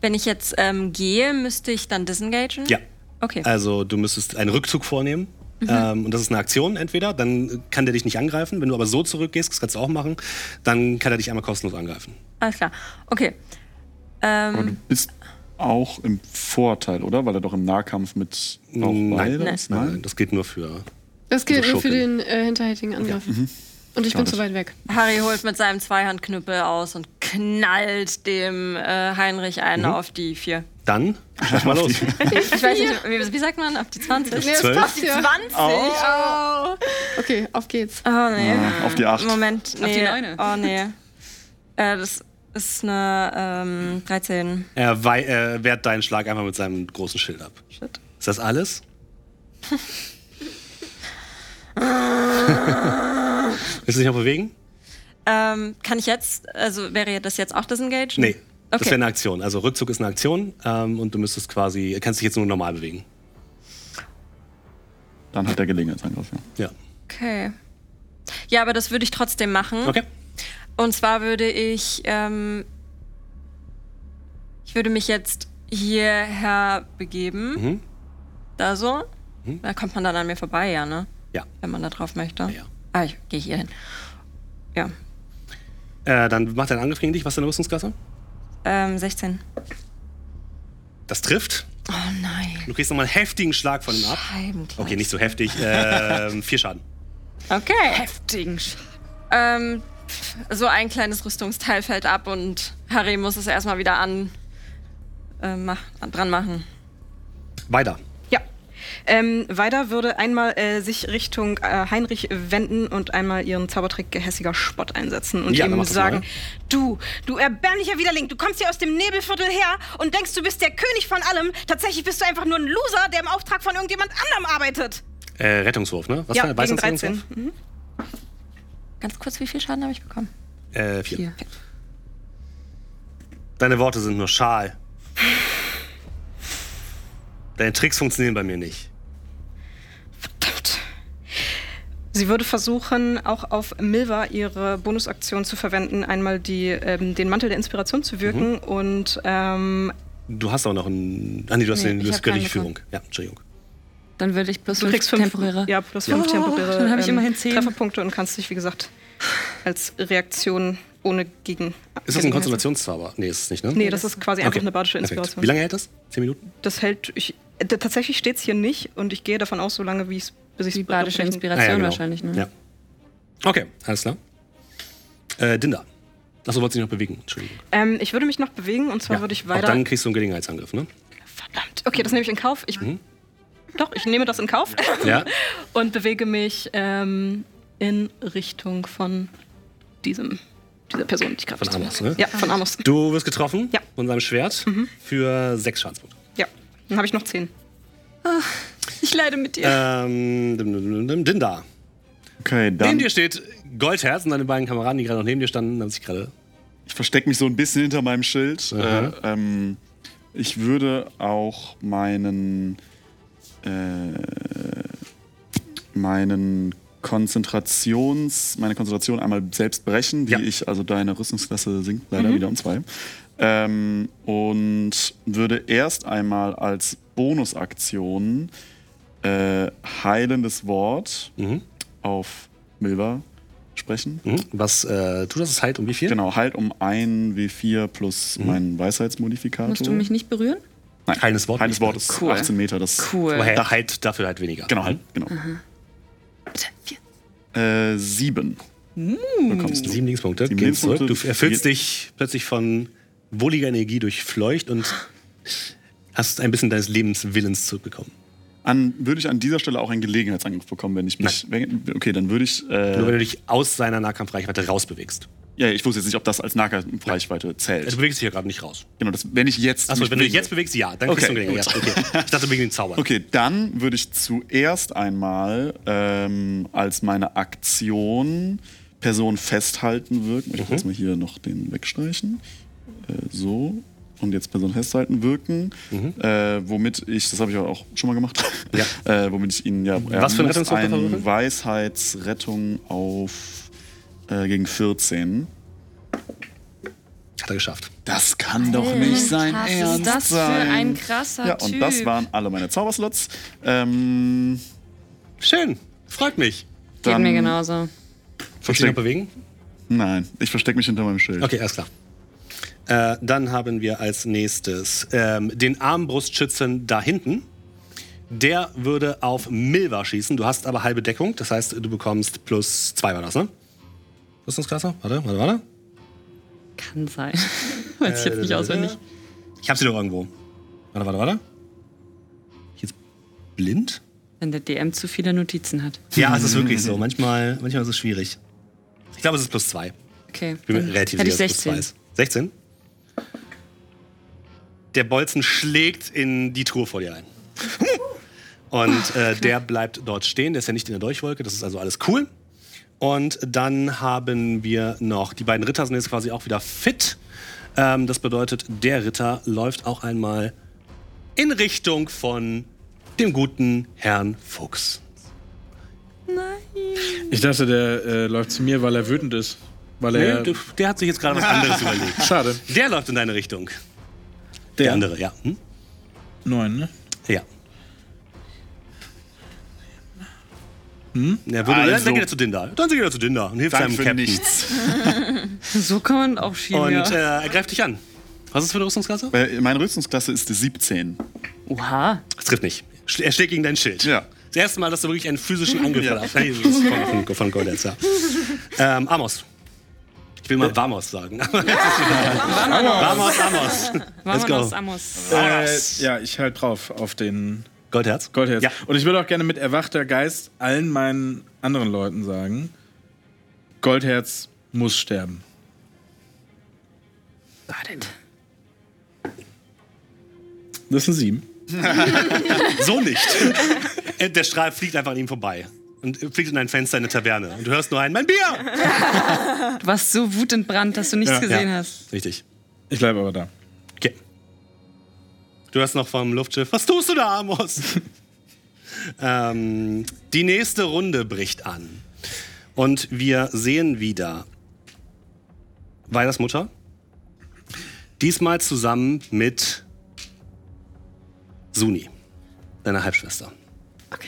Wenn ich jetzt ähm, gehe, müsste ich dann disengagen?
Ja.
Okay.
Äh.
Also du müsstest einen Rückzug vornehmen. Ähm, und das ist eine Aktion entweder. Dann kann der dich nicht angreifen. Wenn du aber so zurückgehst, das kannst du auch machen, dann kann er dich einmal kostenlos angreifen.
Alles klar. Okay.
Aber du
Ähm,
bist auch im Vorteil, oder? Weil er doch im Nahkampf mit auch
Nein.
Weiler ist.
Nein, das gilt nur für.
Das gilt
Also
nur für
Schurken.
den äh, hinterhältigen Angriff.
Mhm.
Und ich bin zu weit weg.
Harry holt mit seinem Zweihandknüppel aus und knallt dem äh, Heinrich einen
Mhm.
auf die vier.
Dann mach mal los.
Ich weiß nicht, wie, wie sagt man? Auf die 20?
Nee, das
zwölf?
passt ja.
20! Oh,
Okay, auf geht's.
nee.
Ah, auf die acht.
Moment, nee.
die Neune.
Oh, nee. Äh, das ist eine ähm, 13.
er wei- äh, wehrt deinen Schlag einfach mit seinem großen Schild ab.
Shit.
Ist das alles? Willst du dich noch bewegen?
Ähm, kann ich jetzt, also wäre das jetzt auch Disengage?
Nee, das wäre
Okay.
eine Aktion. Also Rückzug ist eine Aktion ähm, und du müsstest quasi, kannst dich jetzt nur normal bewegen.
Dann hat der Gelegenheitsangriff, ja.
Ja.
Okay. Ja, aber das würde ich trotzdem machen.
Okay.
Und zwar würde ich, ähm, ich würde mich jetzt hierher begeben.
Mhm.
Da so. Da kommt man dann an mir vorbei, ja, ne?
Ja.
Wenn man da drauf möchte.
ja.
Ah, ich gehe hier hin. Ja.
Äh, dann macht dein Angriff gegen dich. Was ist deine Rüstungsklasse?
Ähm, 16.
Das trifft.
Oh nein.
Du kriegst nochmal einen heftigen Schlag von ihm ab.
Scheibenkleister.
Okay, nicht so heftig. Ähm, vier Schaden.
Okay.
Heftigen Sch
Ähm, so ein kleines Rüstungsteil fällt ab und Harry muss es erstmal wieder an, äh, mach, dran machen.
Weiter.
Ja. Ähm, Weida würde einmal äh, sich Richtung äh, Heinrich wenden und einmal ihren Zaubertrick gehässiger Spott einsetzen und
Ja, dann
ihm
mach das
sagen:
mal.
Du, du erbärmlicher Widerling, du kommst hier aus dem Nebelviertel her und denkst, du bist der König von allem. Tatsächlich bist du einfach nur ein Loser, der im Auftrag von irgendjemand anderem arbeitet.
Äh, Rettungswurf, ne? Was
ja,
für ein
gegen
Weisheitsrettungswurf?
13. Mhm.
Ganz kurz, wie viel Schaden habe ich bekommen?
Äh, vier. Deine Worte sind nur Schal. Deine Tricks funktionieren bei mir nicht.
Verdammt. Sie würde versuchen, auch auf Milva ihre Bonusaktion zu verwenden, einmal die, ähm, den Mantel der Inspiration zu wirken
Mhm.
und ähm,
Du hast auch noch einen. Ah, nee, du hast
Nee,
den,
ich
du hast
hab keinen
göttliche Führung. Ja, Entschuldigung.
Dann würde ich plus
Du
fünf
kriegst fünf
temporäre. Oh,
Ja, plus fünf temporäre ähm,
dann hab ich immerhin zehn.
Trefferpunkte und kannst dich, wie gesagt, als Reaktion ohne Gegen.
Ist das ein
Gegen-
Konzentrationszauber? Nee, ist es nicht, ne?
Nee, das ist quasi einfach
Okay.
eine badische
Perfekt.
Inspiration.
Wie lange hält das? Zehn Minuten?
Das hält. Ich, äh, t- tatsächlich steht es hier nicht und ich gehe davon aus, so lange wie es. Bis ich's
Die badische
abbrechen-
Inspiration wahrscheinlich, ne?
Ah, Ja. Okay, alles klar. Äh, Dinda. Achso, wolltest du dich noch bewegen? Entschuldigung.
Ähm, ich würde mich noch bewegen und zwar würde ich
Auch
weiter.
dann kriegst du einen Gelegenheitsangriff, ne?
Verdammt. Okay, das nehme ich in Kauf. Ich, Doch, ich nehme das in Kauf
Mhm. Ja.
und bewege mich ähm, in Richtung von diesem, dieser Person, die ich gerade
Von
bezogen
Amos,
habe.
ne?
Ja, von Amos.
Du wirst getroffen
Ja. Mhm.
von seinem Schwert für sechs Schadenspunkte.
Ja, dann habe ich noch zehn.
Ich leide mit dir.
Ähm, dim, dim, dim, dim, Dinda.
Okay,
Neben
dann.
dir steht Goldherz und deine beiden Kameraden, die gerade noch neben dir standen, haben sich gerade.
Ich verstecke mich so ein bisschen hinter meinem Schild. Äh, ähm, ich würde auch meinen. Äh, meinen Konzentrations, meine Konzentration einmal selbst brechen, wie
Ja.
ich, also deine Rüstungsklasse sinkt leider wieder um zwei. Ähm, und würde erst einmal als Bonusaktion äh, heilendes Wort auf Milva sprechen.
Mhm. Was äh, tut das? Es heilt um wie viel?
Genau, halt um ein W4 plus meinen Weisheitsmodifikator.
Musst du mich nicht berühren?
Nein,
Heilendes Wort?
Heilendes Wort ist
Cool.
18 Meter. Das
Cool.
Aber he- heilt dafür halt weniger.
Genau, halt, genau.
Vier.
Äh, sieben. Bekommst du.
Sieben Lebenspunkte.
Sieben
gehen zurück.
Lebenspunkte.
Du erfüllst
Wir-
dich plötzlich von wohliger Energie durchfleucht und hast ein bisschen deines Lebenswillens zurückbekommen.
An, würde ich an dieser Stelle auch einen Gelegenheitsangriff bekommen, wenn ich mich. Wenn, okay, dann würde ich.
Nur wenn
Äh,
du dich aus seiner Nahkampfreichweite rausbewegst.
ja, ich wusste jetzt nicht, ob das als Nahkampfreichweite zählt.
Also du bewegst dich ja gerade nicht raus.
genau, das, wenn ich jetzt.
Achso,
mich
wenn du dich
bewege.
jetzt bewegst, ja, dann kriegst
Okay,
du einen Gelegenheit. Ja, okay. Ich dachte wegen dem Zauber.
Okay, dann würde ich zuerst einmal ähm, als meine Aktion Person festhalten wirken.
Mhm.
Ich muss jetzt mal hier noch den wegstreichen. Äh, so. Und jetzt Person festhalten wirken.
Mhm.
Äh, womit ich, das habe ich ja auch schon mal gemacht.
Ja.
äh, womit ich Ihnen ja.
Was für ein Rettungswurf darf er würfeln?
Eine Weisheitsrettung auf äh, gegen 14.
Hat er geschafft.
Das kann doch nicht sein
Was
Ernst
ist das für
sein.
ein krasser
ja, und
Typ?
das waren alle meine Zauberslots. Ähm,
Schön. Freut mich.
Geht
dann-
mir genauso.
Kannst du dich noch bewegen?
Nein, ich verstecke mich hinter meinem Schild.
Okay, alles klar. Äh, dann haben wir als nächstes ähm, den Armbrustschützen da hinten. Der würde auf Milva schießen. Du hast aber halbe Deckung. Das heißt, du bekommst plus zwei war das, ne? Rüstungsklasse? Warte, warte, warte.
Kann sein. Weiß ich jetzt
Äh,
nicht auswendig.
Ich hab sie doch irgendwo. Warte, warte, warte. Ich jetzt blind?
Wenn der DM zu viele Notizen hat.
Ja, es ist wirklich so. Manchmal, manchmal ist es schwierig. Ich glaube, es ist plus zwei.
Okay.
Bin mir
dann
relativ
hätte ich
sicher, dass es
16.
plus zwei ist. 16? Der Bolzen schlägt in die Truhe vor dir ein. Und äh, der bleibt dort stehen. Der ist ja nicht in der Dolchwolke. Das ist also alles cool. Und dann haben wir noch, die beiden Ritter sind jetzt quasi auch wieder fit. Ähm, das bedeutet, der Ritter läuft auch einmal in Richtung von dem guten Herrn Fuchs.
Ich dachte, der äh, läuft zu mir, weil er wütend ist. Weil
Der,
er.
der, der hat sich jetzt gerade was anderes überlegt.
Schade.
Der läuft in deine Richtung.
Der,
Der andere, ja. Hm?
Neun, ne?
Ja. Hm? Ja, würde, dann-
Also.
dann geht er zu Dinda. Dann geht er zu Dinda und hilft
Danke
seinem Captain.
für nichts.
So kann man auch schieben.
Und
ja.
äh, er greift dich an. Was ist das für eine Rüstungsklasse?
Weil Meine Rüstungsklasse ist die 17.
Oha.
Das trifft nicht. Sch- Er schlägt gegen dein Schild.
Ja.
Das erste Mal, dass du wirklich einen physischen Angriff
Ja.
hast. Hey, das ist von, von, von Goldatz, ja. ähm, Amos. Ich will mal Vamos sagen. Vamos, Amos. Let's
Vamos
go.
Amos.
Äh, ja, ich halt drauf auf den
Goldherz.
Goldherz.
Ja.
Und ich würde auch gerne mit erwachter Geist allen meinen anderen Leuten sagen: Goldherz muss sterben.
Wartet.
Das sind sieben.
So nicht. Äh, Der Strahl fliegt einfach an ihm vorbei. Und fliegt in dein Fenster in eine Taverne. Und du hörst nur ein, mein Bier!
Du warst so wutentbrannt, dass du nichts
Ja.
gesehen
Ja.
hast.
Richtig.
Ich bleibe aber da.
Okay. Du hörst noch vom Luftschiff, was tust du da, Amos? ähm, die nächste Runde bricht an. Und wir sehen wieder Weilers Mutter. Diesmal zusammen mit Suni, deiner Halbschwester. Okay.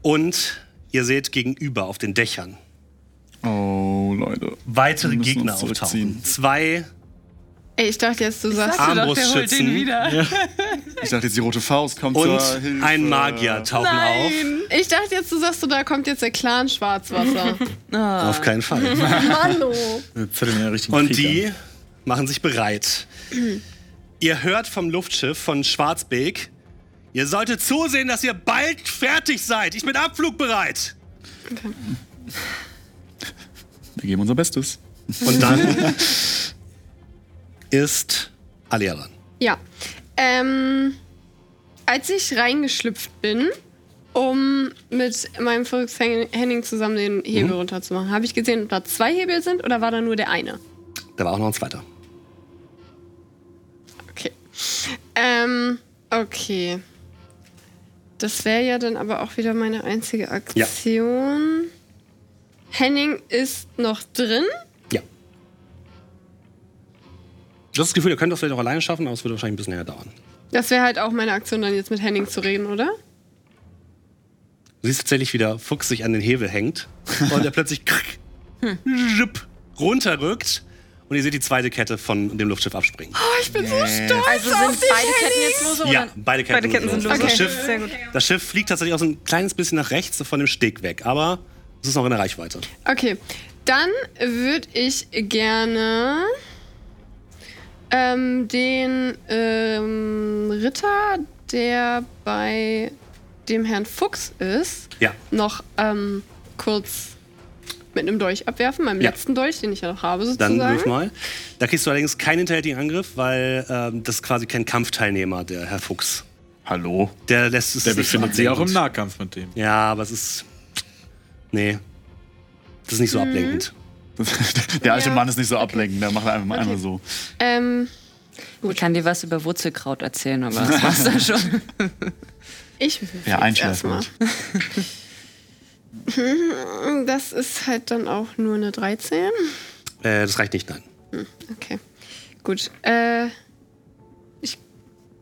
Und ihr seht gegenüber auf den Dächern
Oh, Leute.
weitere
Wir müssen
Gegner
uns
auftauchen.
zurückziehen.
Zwei
Ey, ich dachte jetzt, du sagst.
dachte doch, der holt den Armbrustschützen.
wieder.
Ich dachte jetzt, die rote Faust kommt
und
zur Hilfe.
ein Magier tauchen auf.
Ich dachte jetzt, du sagst, so, da kommt jetzt der Clan Schwarzwasser.
Auf keinen Fall.
Hallo.
Jetzt hätte mir richtig
Und die machen sich bereit. Ihr hört vom Luftschiff von Schwarzbeek, ihr solltet zusehen, dass ihr bald fertig seid. Ich bin abflugbereit.
Wir geben unser Bestes.
Und dann ist Alia dran.
Ja. Ähm, als ich reingeschlüpft bin, um mit meinem Fuchs Hen- Henning zusammen den Hebel runterzumachen, habe ich gesehen, ob da zwei Hebel sind oder war da nur der eine?
Da war auch noch ein zweiter.
Okay. Ähm, okay. Das wäre ja dann aber auch wieder meine einzige Aktion. Henning ist noch drin.
Ja. Du hast das Gefühl, ihr könnt das vielleicht auch alleine schaffen, aber es würde wahrscheinlich ein bisschen länger dauern.
Das wäre halt auch meine Aktion, dann jetzt mit Henning zu reden, oder?
Du siehst tatsächlich, wie der Fuchs sich an den Hebel hängt und er plötzlich krack,
Hm.
schipp, runterrückt und ihr seht die zweite Kette von dem Luftschiff abspringen.
Ich bin so stolz.
Also sind beide Ketten jetzt lose?
ja,
Oder?
beide Ketten,
Oh, beide Ketten sind los.
Das,
Okay.
Schiff, das Schiff fliegt tatsächlich auch so ein kleines bisschen nach rechts so von dem Steg weg, aber es ist noch in der Reichweite.
Okay, dann würde ich gerne ähm, den ähm, Ritter, der bei dem Herrn Fuchs ist,
Ja.
noch ähm, kurz mit einem Dolch abwerfen, meinem
Ja.
letzten Dolch, den ich ja noch habe
Dann
sozusagen.
wirf mal. Da kriegst du allerdings keinen hinterhältigen Angriff, weil ähm, das ist quasi kein Kampfteilnehmer, der Herr Fuchs.
Hallo.
Der lässt es
Der
sich
befindet sich auch im
ablenken.
Nahkampf mit dem.
Ja, aber es ist. Nee. Das ist nicht so
Mhm.
ablenkend.
Der alte Mann ist nicht so ablenkend, der macht einfach mal einmal so.
ähm,
Ich kann dir was über Wurzelkraut erzählen, aber das war's dann
Äh,
schon.
ich
Ja,
erstmal.
einschlafen.
Das ist halt dann auch nur eine 13.
Äh, das reicht nicht, nein.
Okay. Gut. Äh, ich.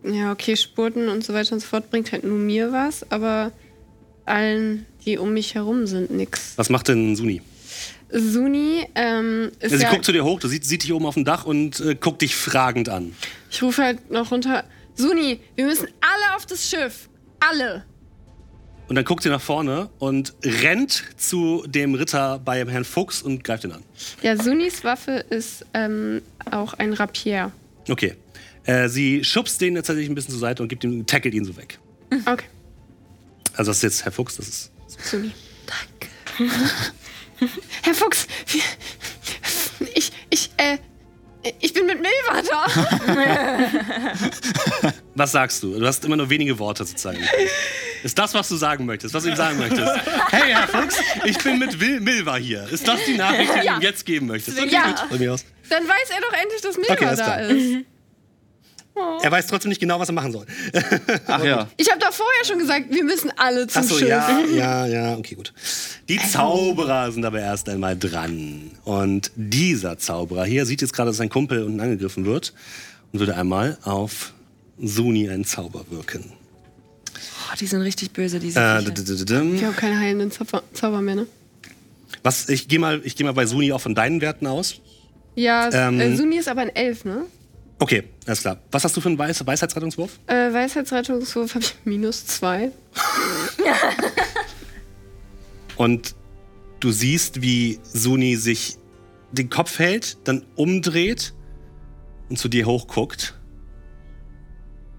Ja, okay, Spurten und so weiter und so fort bringt halt nur mir was, aber allen, die um mich herum sind, nix.
Was macht denn Suni?
Suni, ähm, ist
Sie
ja.
guckt Also, zu dir hoch, du sieht, sieht dich oben auf dem Dach und äh, guckt dich fragend an.
Ich rufe halt noch runter. Suni, wir müssen alle auf das Schiff. Alle.
Und dann guckt sie nach vorne und rennt zu dem Ritter bei Herrn Fuchs und greift ihn an.
Ja, Sunis Waffe ist ähm, auch ein Rapier.
Okay. Äh, sie schubst den tatsächlich ein bisschen zur Seite und gibt ihm, tackelt ihn so weg.
Okay,
Also das ist jetzt Herr Fuchs, das ist.
Suni. Danke. Herr Fuchs, wir, ich, ich, äh, ich bin mit Milva da.
Was sagst du? Du hast immer nur wenige Worte zu zeigen. Ist das, was du sagen möchtest, was du ihm sagen möchtest? Hey, Herr Fuchs, ich bin mit Will Milva hier. Ist das die Nachricht, die du
Ja.
ihm jetzt geben möchtest? Okay,
Ja.
gut. Von mir aus.
Dann weiß er doch endlich, dass Milva
Okay, alles
da
klar.
ist.
Er weiß trotzdem nicht genau, was er machen soll.
Ach ja.
Ich habe doch vorher schon gesagt, wir müssen alle zum
Achso,
Schiff.
ja, ja, ja, okay, gut. Die Zauberer sind aber erst einmal dran. Und dieser Zauberer hier sieht jetzt gerade, dass sein Kumpel unten angegriffen wird und würde einmal auf Suni einen Zauber wirken.
Oh, die sind richtig böse, diese
Äh,
Viecher.
Ich
d-d-d-d-dim.
habe keine heilenden Zauber Zauber mehr, ne?
Was, ich gehe mal, ich geh mal bei Suni auch von deinen Werten aus.
Ja,
Ähm.
äh, Suni ist aber ein Elf, ne?
Okay, alles klar. Was hast du für einen Weis Weisheitsrettungswurf?
Äh, Weisheitsrettungswurf habe ich minus zwei.
Und du siehst, wie Suni sich den Kopf hält, dann umdreht und zu dir hochguckt.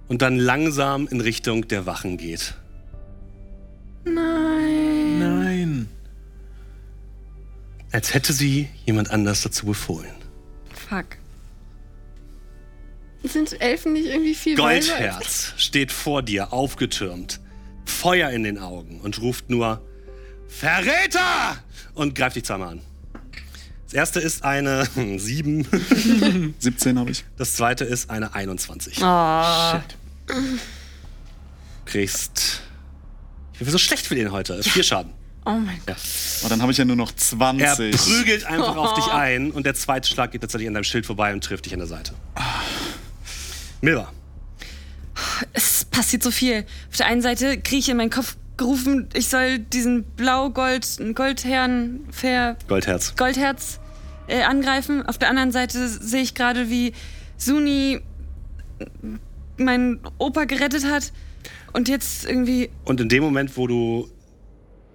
Und dann langsam in Richtung der Wachen geht.
Nein.
Als hätte sie jemand anders dazu befohlen.
Fuck.
Sind Elfen nicht irgendwie viel weiser als-
Goldherz steht vor dir, aufgetürmt, Feuer in den Augen und ruft nur Verräter! Und greift dich zweimal an. Das erste ist eine 7,
17 habe ich.
das zweite ist eine 21.
Shit.
kriegst. Ich bin so schlecht für den heute. Vier Schaden.
Oh mein Gott.
Oh, dann habe ich ja nur noch
Er
20.
prügelt einfach auf dich ein und der zweite Schlag geht tatsächlich an deinem Schild vorbei und trifft dich an der Seite. Milva.
Es passiert so viel. Auf der einen Seite kriege ich in meinen Kopf gerufen, ich soll diesen blau-gold, Goldherrn, Fair,
Goldherz.
Goldherz äh, angreifen. Auf der anderen Seite sehe ich gerade, wie Suni meinen Opa gerettet hat. Und jetzt irgendwie.
Und in dem Moment, wo du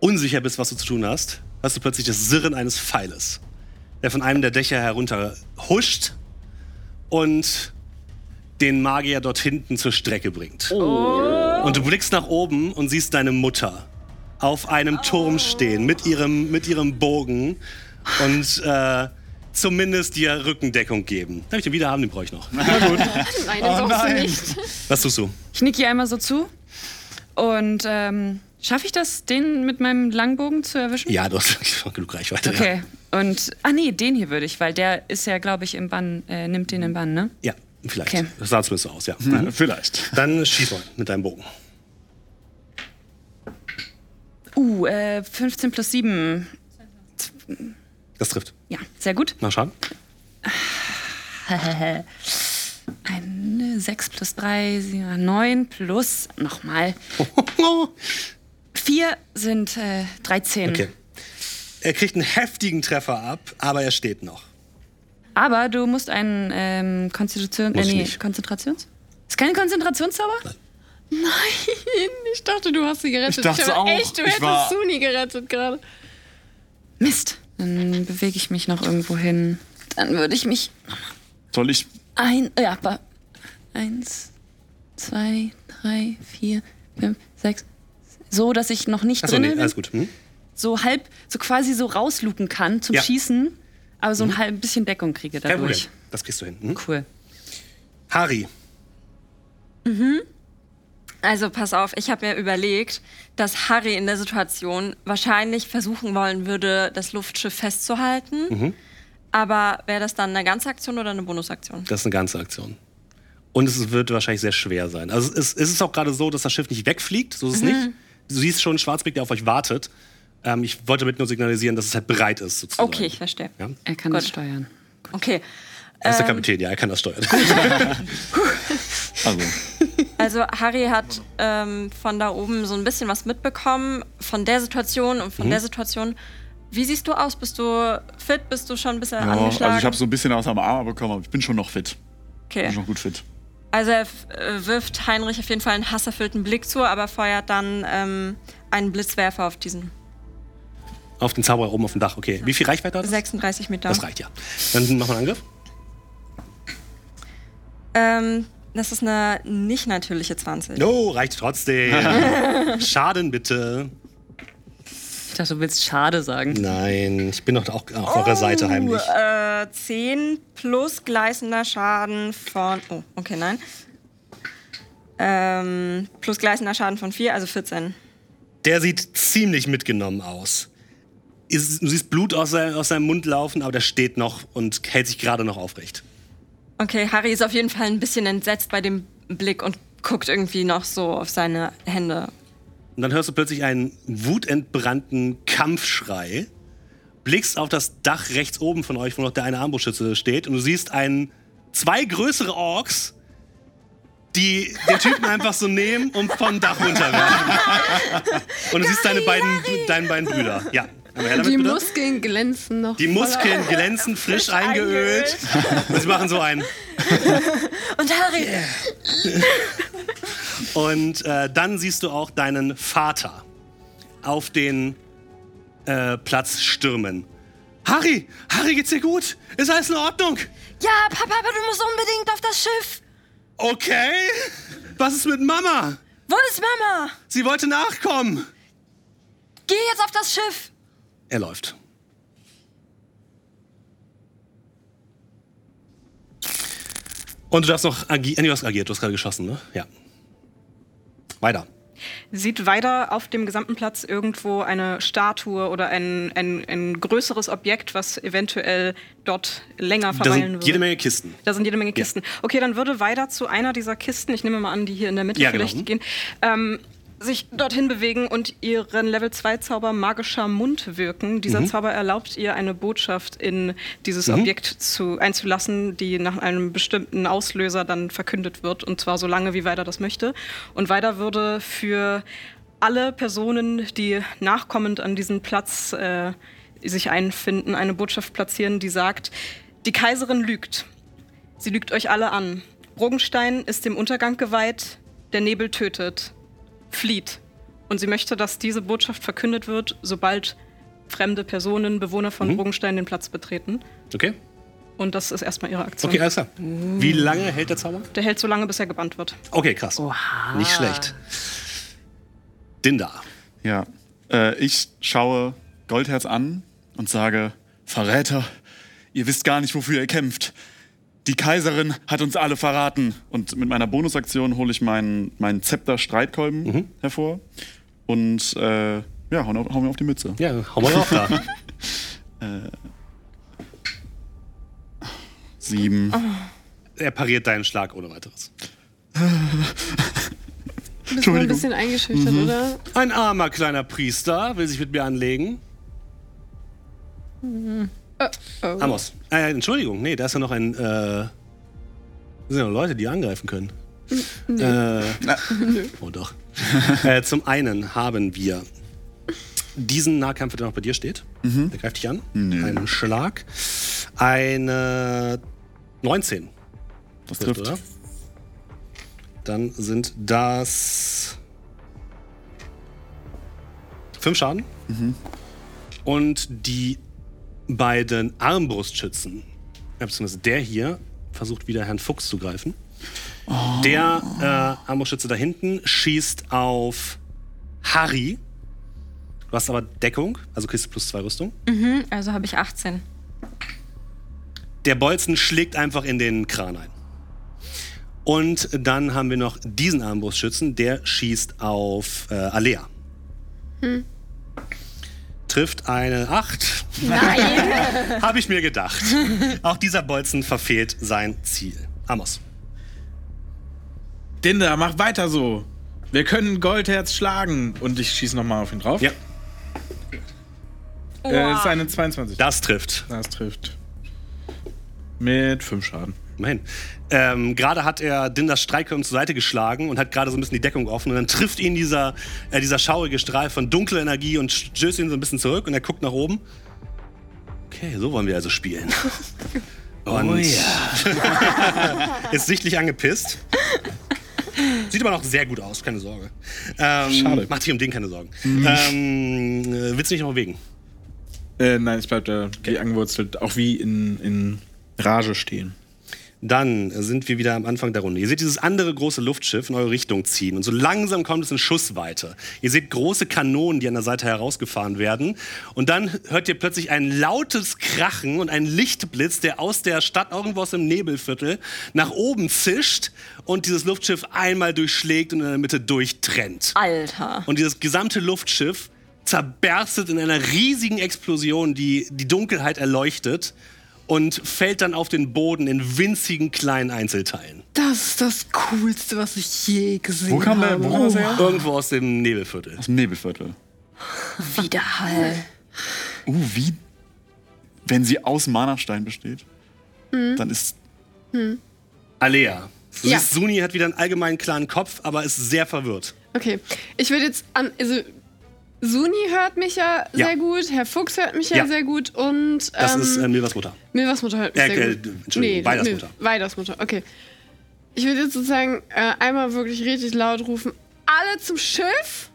unsicher bist, was du zu tun hast, hast du plötzlich das Sirren eines Pfeiles, der von einem der Dächer herunter huscht und den Magier dort hinten zur Strecke bringt.
Oh.
Und du blickst nach oben und siehst deine Mutter auf einem
Oh.
Turm stehen mit ihrem, mit ihrem Bogen und äh, zumindest dir Rückendeckung geben. Darf ich den wiederhaben? Den brauche ich noch.
Nein,
Oh
das brauchst du nicht.
Was tust du?
Ich nick ihr einmal so zu. Und ähm, schaffe ich das, den mit meinem Langbogen zu erwischen?
Ja, du hast genug Reichweite. ja.
Okay. Und. Ah, nee, den hier würde ich, weil der ist ja, glaube ich, im Bann. Äh, nimmt den im Bann, ne?
Ja, vielleicht.
Okay.
Das sah zumindest so aus, ja.
Ja, vielleicht.
Dann schieß mal mit deinem Bogen.
Uh, äh, 15 plus 7.
Das trifft.
Ja, sehr gut.
Mach Schaden.
Eine 6 plus 3, 9 plus nochmal. 4 sind äh, 13.
Okay. Er kriegt einen heftigen Treffer ab, aber er steht noch.
Aber du musst einen ähm, Konstitution.
Muss
Äh,
ich
nee,
nicht.
Konzentrations? Ist keine Konzentrationszauber?
Ich dachte, du hast sie gerettet.
Ich dachte
hab-
oh,
auch.
Echt, du
Ich
hättest
war-
Suni gerettet gerade.
Mist. Dann bewege ich mich noch irgendwo hin. Dann würde ich mich
Soll ich.
ein. Ja, aber. Eins, zwei, drei, vier, fünf, sechs. So, dass ich noch nicht
Achso,
drin
nee,
bin.
alles gut. Hm?
so halb, so quasi so rauslupen kann zum
Ja. Mhm.
Schießen, aber so ein halb bisschen Deckung kriege
Kein Problem.
dadurch.
Das kriegst du hin. Hm?
Cool.
Harry.
Also pass auf, ich habe mir überlegt, dass Harry in der Situation wahrscheinlich versuchen wollen würde, das Luftschiff festzuhalten.
Mhm.
Aber wäre das dann eine ganze Aktion oder eine Bonusaktion?
Das ist eine ganze Aktion. Und es wird wahrscheinlich sehr schwer sein. Also es ist, es ist auch gerade so, dass das Schiff nicht wegfliegt, so ist es
Mhm.
nicht. Du siehst schon Schwarzblick, der auf euch wartet. Ähm, ich wollte damit nur signalisieren, dass es halt bereit ist, sozusagen.
Okay, ich verstehe.
Ja?
Er kann
Gut.
das steuern.
Okay.
Er
Ähm.
ist der Kapitän, ja, er kann das steuern.
Also,
Also Harry hat ähm, von da oben so ein bisschen was mitbekommen, von der Situation und
Mhm.
von der Situation. Wie siehst du aus? Bist du fit? Bist du schon ein bisschen
ja,
angeschlagen?
also ich habe so ein bisschen aus am Arm bekommen, aber ich bin schon noch fit. Ich
okay.
bin schon gut fit.
Also er f- äh, wirft Heinrich auf jeden Fall einen hasserfüllten Blick zu, aber feuert dann ähm, einen Blitzwerfer auf diesen
auf den Zauberer oben auf dem Dach. Okay, wie viel Reichweite hat das?
36 Meter.
Das reicht ja. Dann mach mal einen Angriff.
Ähm, das ist eine nicht natürliche 20.
No, reicht trotzdem. Schaden bitte.
Ich dachte, du willst schade sagen.
Nein, ich bin doch auch auf eurer Seite heimlich.
Äh, 10 plus gleißender Schaden von. Oh, okay, nein. Ähm, plus gleißender Schaden von 4, also 14.
Der sieht ziemlich mitgenommen aus. Ist- Du siehst Blut aus, sein, aus seinem Mund laufen, aber der steht noch und hält sich gerade noch aufrecht.
Okay, Harry ist auf jeden Fall ein bisschen entsetzt bei dem Blick und guckt irgendwie noch so auf seine Hände.
Und dann hörst du plötzlich einen wutentbrannten Kampfschrei, blickst auf das Dach rechts oben von euch, wo noch der eine Armbrustschütze steht, und du siehst einen, zwei größere Orks, die den Typen einfach so nehmen und vom Dach runterwerfen. Und du siehst deine beiden, deine beiden Brüder. Ja, einmal her damit,
Die
bitte.
Muskeln glänzen noch.
die Muskeln glänzen frisch eingeölt. Und sie machen so einen.
Und Harry!
Und äh, dann siehst du auch deinen Vater auf den äh, Platz stürmen. Harry, Harry, geht's dir gut? Ist alles in Ordnung?
Ja, Papa, aber du musst unbedingt auf das Schiff!
Okay. Was ist mit Mama?
Wo ist Mama?
Sie wollte nachkommen.
Geh jetzt auf das Schiff!
Er läuft. Und du darfst noch agieren. Du hast agiert, du hast gerade geschossen, ne? Ja. Weiter.
Sieht weiter auf dem gesamten Platz irgendwo eine Statue oder ein, ein, ein größeres Objekt, was eventuell dort länger
Da
verweilen
sind jede
wird?
Menge Kisten.
Da sind jede Menge Kisten. Okay, dann würde weiter zu einer dieser Kisten, ich nehme mal an, die hier in der Mitte
Ja, genau.
vielleicht gehen, ähm, sich dorthin bewegen und ihren Level 2 Zauber magischer Mund wirken. Dieser
Mhm.
Zauber erlaubt ihr eine Botschaft in dieses Objekt zu, einzulassen, die nach einem bestimmten Auslöser dann verkündet wird und zwar so lange, wie Weider das möchte. Und Weider würde für alle Personen, die nachkommend an diesen Platz äh, sich einfinden, eine Botschaft platzieren, die sagt, die Kaiserin lügt. Sie lügt euch alle an. Rogenstein ist dem Untergang geweiht, der Nebel tötet, flieht. Und sie möchte, dass diese Botschaft verkündet wird, sobald fremde Personen, Bewohner von
Mhm.
Rogenstein den Platz betreten.
Okay?
Und das ist erstmal ihre Aktion.
Okay, alles klar. Wie lange hält der Zauber?
Der hält so lange, bis er gebannt wird.
Okay, krass. Nicht schlecht. Dinda.
Ja. Äh, ich schaue Goldherz an und sage: Verräter, ihr wisst gar nicht, wofür ihr kämpft. Die Kaiserin hat uns alle verraten. Und mit meiner Bonusaktion hole ich meinen, meinen Zepter Streitkolben
Mhm.
hervor und äh, ja, hau, hau mir auf die Mütze.
Ja, hau mal drauf da.
Sieben.
er pariert deinen Schlag ohne weiteres.
Du bist mal ein
Entschuldigung.
bisschen eingeschüchtert,
Mhm.
oder?
Ein armer kleiner Priester will sich mit mir anlegen.
Oh.
Amos. Äh, Entschuldigung, nee, da ist ja noch ein. Äh, da sind ja noch Leute, die angreifen können. Äh, oh doch. äh, zum einen haben wir diesen Nahkampf, der noch bei dir steht. Der greift dich an. Einen Schlag. Eine 19.
Das
trifft,
trifft.
oder? Dann sind das fünf Schaden. Und die beiden Armbrustschützen, äh, beziehungsweise der hier, versucht wieder Herrn Fuchs zu greifen. Der äh, Armbrustschütze da hinten schießt auf Harry. Du hast aber Deckung, also kriegst du plus zwei Rüstung.
Also habe ich 18.
Der Bolzen schlägt einfach in den Kran ein. Und dann haben wir noch diesen Armbrustschützen, der schießt auf äh, Alea. Trifft eine 8. Nein! Habe ich mir gedacht. Auch dieser Bolzen verfehlt sein Ziel. Amos.
Dinda, mach weiter so. Wir können Goldherz schlagen. Und ich schieße nochmal auf ihn drauf.
Ja,
Äh, ist eine 22.
das trifft.
Das trifft. Mit 5 Schaden.
Immerhin. Ähm, gerade hat er Dinders Streitkolben zur Seite geschlagen und hat gerade so ein bisschen die Deckung offen. Und dann trifft ihn dieser, äh, dieser schaurige Strahl von dunkler Energie und stößt ihn so ein bisschen zurück und er guckt nach oben. Okay, so wollen wir also spielen. Und oh ja. ist sichtlich angepisst. Sieht aber noch sehr gut aus, keine Sorge. Ähm, Schade. Macht dich um den keine Sorgen. Ähm, äh, willst du dich noch bewegen?
Äh, nein, ich bleib da wie angewurzelt, auch wie in, in Rage stehen.
Dann sind wir wieder am Anfang der Runde. Ihr seht dieses andere große Luftschiff in eure Richtung ziehen und so langsam kommt es in Schussweite. Ihr seht große Kanonen, die an der Seite herausgefahren werden und dann hört ihr plötzlich ein lautes Krachen und ein Lichtblitz, der aus der Stadt irgendwo aus dem Nebelviertel nach oben zischt und dieses Luftschiff einmal durchschlägt und in der Mitte durchtrennt.
Alter.
Und dieses gesamte Luftschiff zerberstet in einer riesigen Explosion, die die Dunkelheit erleuchtet und fällt dann auf den Boden in winzigen kleinen Einzelteilen.
Das ist das Coolste, was ich je gesehen
Wo kam der?
habe.
Wo kam das her?
Irgendwo aus dem Nebelviertel.
Aus dem Nebelviertel.
Widerhall.
Uh, wie? Wenn sie aus Manachstein besteht, dann ist.
Alea. Du
Ja.
siehst, Suni hat wieder einen allgemein klaren Kopf, aber ist sehr verwirrt.
Okay, ich würde jetzt an. Also, Suni hört mich ja,
Ja.
sehr gut, Herr Fuchs hört mich ja,
Ja.
sehr gut und.
Das
ähm,
ist äh, Milvas Mutter.
Milvas Mutter hört mich
Äh,
sehr
äh,
gut.
Entschuldigung, Weiders Mutter.
Mil- Weiders Mutter, okay. Ich würde jetzt sozusagen äh, einmal wirklich richtig laut rufen: Alle zum Schiff!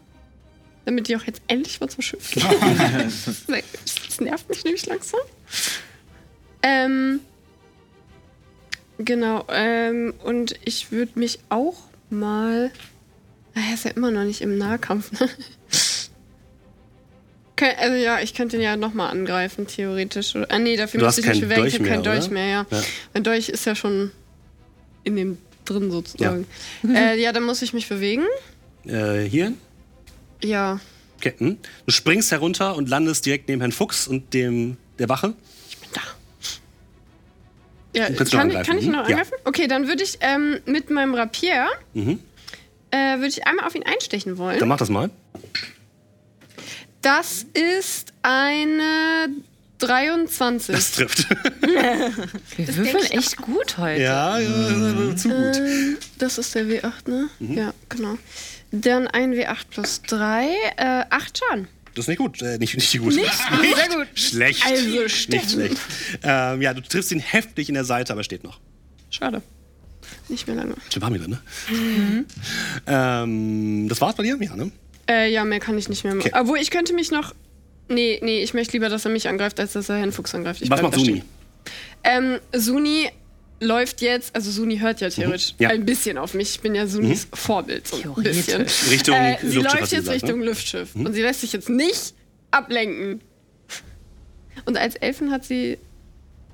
Damit die auch jetzt endlich mal zum Schiff gehen. das nervt mich nämlich langsam. Ähm. Genau, ähm, und ich würde mich auch mal. Ah, Er ist ja immer noch nicht im Nahkampf, ne? Kön- Also ja, ich könnte ihn ja nochmal angreifen, theoretisch. Oder- Ah nee, dafür
Du
müsste
hast
ich
keinen
mich bewegen.
Dolch
ich habe keinen
mehr,
Dolch
oder?
mehr, ja.
Ja.
Mein Dolch ist ja schon in dem drin sozusagen. Ja, äh, ja dann muss ich mich bewegen.
Äh, hier?
Ja,
Okay. hm. Du springst herunter und landest direkt neben Herrn Fuchs und dem der Wache.
da. Ja,
Du kannst
kann,
noch
ich- kann ich
angreifen,
noch
ja.
angreifen? Okay, dann würde ich ähm, mit meinem Rapier
Mhm.
äh, würde ich einmal auf ihn einstechen wollen.
Dann mach das mal.
Das ist eine 23.
Das trifft.
Wir
Das
würfeln
denk ich
echt gut heute.
ja, ja, zu gut.
Ähm, das ist der W8, ne?
Mhm.
Ja, genau. Dann ein W8 plus 3, äh, 8 Schaden.
Das ist nicht gut. Äh, nicht, nicht gut. Nicht,
sehr gut.
Schlecht.
Also, Steffen.
nicht schlecht. Ähm, ja, du triffst ihn heftig in der Seite, aber steht noch.
Schade. Nicht mehr lange.
Stimmt, haben wir dann, ne?
Mhm.
Ähm, das war's bei dir? Ja, ne?
Äh, ja, mehr kann ich nicht mehr machen.
Okay.
Obwohl, ich könnte mich noch. Nee, nee, ich möchte lieber, dass er mich angreift, als dass er Herrn Fuchs angreift. Ich
Was
bleib
macht
da
Suni?
stehen. Ähm, Suni läuft jetzt, also Suni hört ja theoretisch
Mhm. Ja. Mhm.
ein bisschen auf mich. Ich bin ja Sunis Vorbild. So ein
Theoretisch.
bisschen.
Richtung
äh, sie
Luftschiff, hast
läuft
du
jetzt
gesagt, ne?
Richtung Luftschiff. Und sie lässt sich jetzt nicht ablenken. Und als Elfen hat sie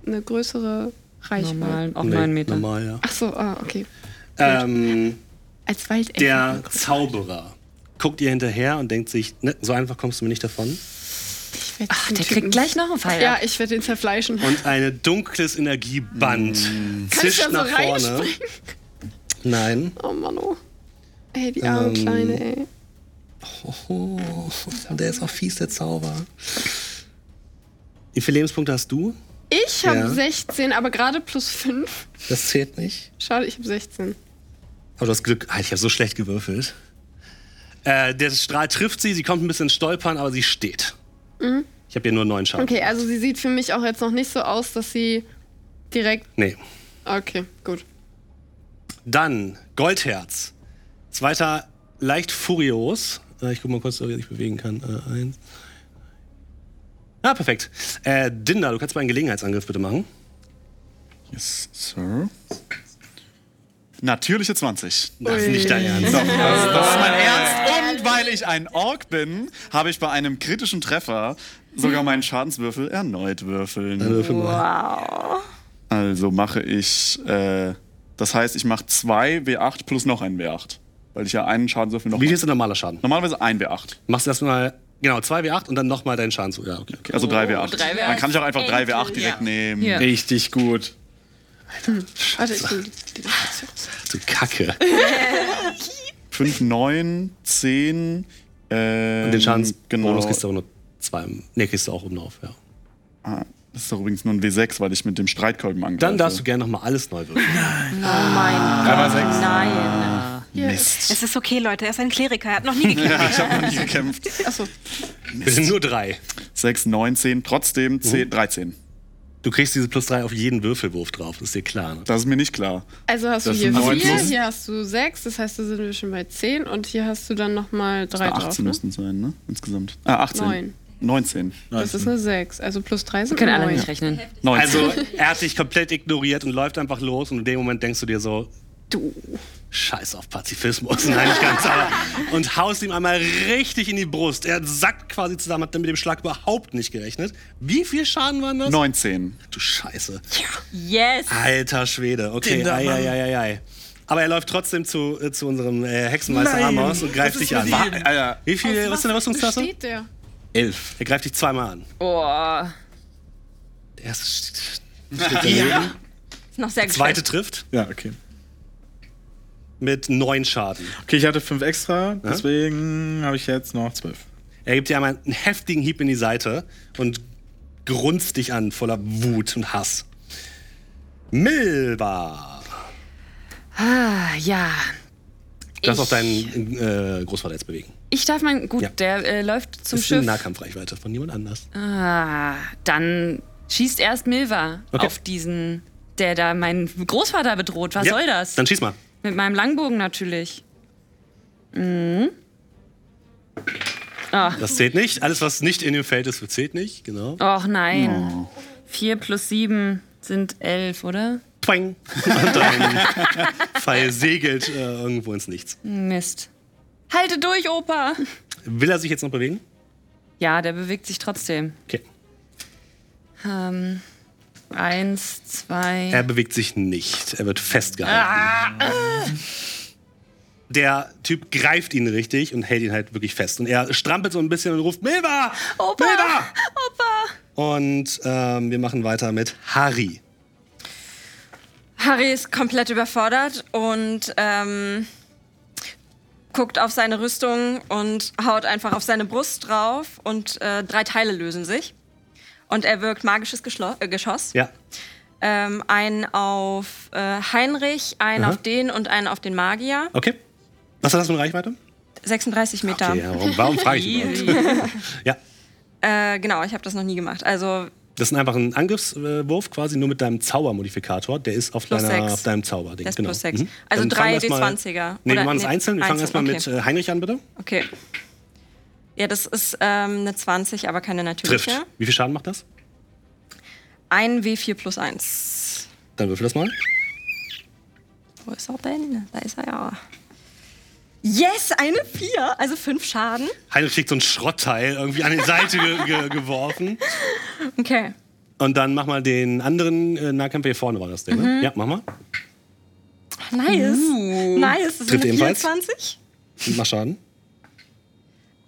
eine größere Reichweite.
Normal, auch neun Meter.
Normal, ja.
Ach so, ah, okay.
Ähm,
Als Waldelfen.
der Zauberer guckt ihr hinterher und denkt sich, ne, so einfach kommst du mir nicht davon.
Ich werd
Ach,
diesen
der
Typen-
kriegt gleich noch einen Pfeil.
Ja,
ab.
ich werde den zerfleischen.
Und ein dunkles Energieband
Hm. ich
zischt
da so
nach vorne.
reinspringen?
Nein.
Oh Mann, oh. Ey, die
Ähm,
arme Kleine, ey.
Oh, der ist auch fies, der Zauber. Wie viele Lebenspunkte hast du?
Ich habe
Ja.
16, aber gerade plus 5.
Das zählt nicht.
Schade, ich habe 16.
Aber du hast Glück. Ah, ich habe so schlecht gewürfelt. Äh, der Strahl trifft sie, sie kommt ein bisschen stolpern, aber sie steht. Ich habe ihr nur neun Schaden.
Okay, also sie sieht für mich auch jetzt noch nicht so aus, dass sie direkt.
Nee.
Okay, gut.
Dann Goldherz. Zweiter leicht furios. Äh, ich guck mal kurz, ob ich mich bewegen kann. Äh, eins. Ah, perfekt. Äh, Dinder, du kannst mal einen Gelegenheitsangriff bitte machen.
Yes, Sir. Natürliche 20.
Das ist nicht dein Ernst.
Doch, das, das ist mein Ernst. Und weil ich ein Ork bin, habe ich bei einem kritischen Treffer sogar meinen Schadenswürfel erneut würfeln. Also mache ich. Äh, das heißt, ich mache 2 W8 plus noch ein W8. Weil ich ja einen Schadenswürfel noch.
Wie viel ist denn normaler Schaden?
Normalerweise ein W8.
Machst erstmal, genau, 2W8 und dann nochmal deinen Schaden zu. Ja, okay.
Okay, Also 3 W8.
Oh, drei W acht.
Dann kann ich auch einfach 3 W8 direkt nehmen.
Ja.
Richtig gut.
Warte, ich bin die Demonstration.
Du Kacke.
5, 9, 10. Ähm,
Und den Schadensbonus
genau.
kriegst du auch nur zwei. Ne, kriegst du auch oben drauf, ja.
Ah, das ist doch übrigens nur ein W6, weil ich mit dem Streitkolben angreife.
Dann darfst du gerne nochmal alles neu würfeln.
Nein.
Mist.
Es ist okay, Leute, er ist ein Kleriker, er hat noch nie gekämpft.
Ja, ich habe noch nie gekämpft.
Wir sind nur drei.
6, 9, 10,
Mhm.
trotzdem 10, 13.
Du kriegst diese plus drei auf jeden Würfelwurf drauf, ist dir klar. Ne?
Das ist mir nicht klar.
Also hast du
Das
hier
sind neun
4,
plus.
hier hast du 6, das heißt, da sind wir schon bei 10 und hier hast du dann nochmal 3 drauf.
18
Ne?
müssten es sein, ne? Insgesamt. Ah, 18.
9.
19.
Das ist eine 6. Also plus 3 sind
Können alle
neun.
nicht rechnen.
19.
Also er hat dich komplett ignoriert und läuft einfach los und in dem Moment denkst du dir so, du Scheiß auf Pazifismus, nein, nicht ganz, aber und haust ihm einmal richtig in die Brust. Er sackt quasi zusammen, hat mit dem Schlag überhaupt nicht gerechnet. Wie viel Schaden waren das?
19.
Du Scheiße.
Yes!
Alter Schwede, okay. Ei, ei, ei, ei, ei. Aber er läuft trotzdem zu, äh, zu unserem äh, Hexenmeister Amos und greift dich an.
Wa- Alter,
Wie viel was ist deine Rüstungsklasse?
Steht der?
Elf. Er greift dich zweimal an.
Oh.
Der erste steht daneben.
Ist noch sehr
Zweite
geschwächt.
trifft
Ja, okay.
mit neun Schaden.
Okay, ich hatte fünf extra, deswegen habe ich jetzt noch zwölf.
Er gibt dir einmal einen heftigen Hieb in die Seite und grunzt dich an voller Wut und Hass. Milva!
Ah, ja.
Du darfst auch deinen äh, Großvater jetzt bewegen.
Ich darf mein. Gut,
Ja.
der äh, läuft zum
Ist in
Schiff.
Nahkampfreichweite von niemand anders.
Ah, dann schießt erst Milva
Okay.
auf diesen, der da meinen Großvater bedroht. Was
Ja,
soll das?
Dann schieß mal.
Mit meinem Langbogen natürlich.
Das zählt nicht. Alles, was nicht in dem Feld ist, zählt nicht. Genau.
Och
Oh.
nein. Vier plus sieben sind elf, oder?
Twang. Und dein Pfeil segelt äh, irgendwo ins Nichts.
Mist. Halte durch, Opa!
Will er sich jetzt noch bewegen?
Ja, der bewegt sich trotzdem.
Okay.
Ähm, eins, zwei.
Er bewegt sich nicht. Er wird festgehalten. Der Typ greift ihn richtig und hält ihn halt wirklich fest. Und er strampelt so ein bisschen und ruft: Milva!
Opa!
Milva!
Opa!
Und ähm, wir machen weiter mit Harry.
Harry ist komplett überfordert und ähm, guckt auf seine Rüstung und haut einfach auf seine Brust drauf und äh, drei Teile lösen sich. Und er wirkt magisches Geschlo äh, Geschoss.
Ja.
Ähm, einen auf äh, Heinrich, einen auf den und einen auf den Magier.
Okay. Was hat das für eine Reichweite?
36 Meter.
Okay, ja, warum warum frage ich überhaupt? Ja.
Äh, genau, ich habe das noch nie gemacht. Also
Das ist einfach ein Angriffswurf quasi nur mit deinem Zaubermodifikator. Der ist auf,
Plus
deiner,
sechs.
auf deinem Zauberding.
Der ist
genau.
plus sechs. Also
Dann fangen
drei
wir erst mal-
D20er.
Nee, wir
Oder-
machen es
nee,
einzeln. Wir fangen
einzeln,
erstmal mit
okay.
äh, Heinrich an, bitte.
Okay. Ja, das ist ähm, eine 20, aber keine natürliche.
Trifft. Wie viel Schaden macht das?
Ein W4 plus 1.
Dann würfel das mal.
Wo ist er denn? Da ist er ja. Yes, eine 4, also 5 Schaden.
Heinrich kriegt so ein Schrottteil irgendwie an die Seite ge ge geworfen.
Okay.
Und dann mach mal den anderen äh, Nahkämpfer hier vorne, war das der, ne? Ja, mach mal.
Nice. Nice, das
Trifft
sind eine
ebenfalls?
24.
Mach Schaden.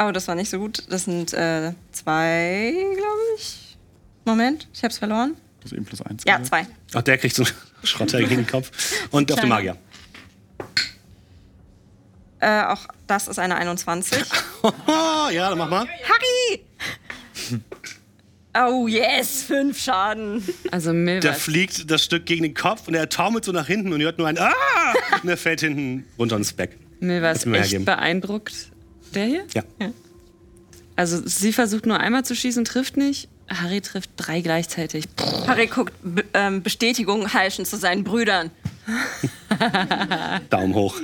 Oh, das war nicht so gut. Das sind äh, zwei, glaube ich. Moment, ich hab's verloren.
plus eben plus 1.
Ja, zwei.
Auch der kriegt so einen Schrottteil gegen den Kopf. Und auf den Magier.
Äh, auch das ist eine 21.
Ah, ja, dann mach mal.
Harry! Oh yes, 5 Schaden.
Also Milva.
Da fliegt das Stück gegen den Kopf und er taumelt so nach hinten und hört nur ein Ah! Und er fällt hinten runter ins Back.
Milva
Lass
ist
mir mal
echt
hergeben.
beeindruckt. Der hier?
Ja.
Also sie versucht nur einmal zu schießen, trifft nicht. Harry trifft drei gleichzeitig.
Harry guckt be ähm, Bestätigung heischend zu seinen Brüdern.
Daumen hoch.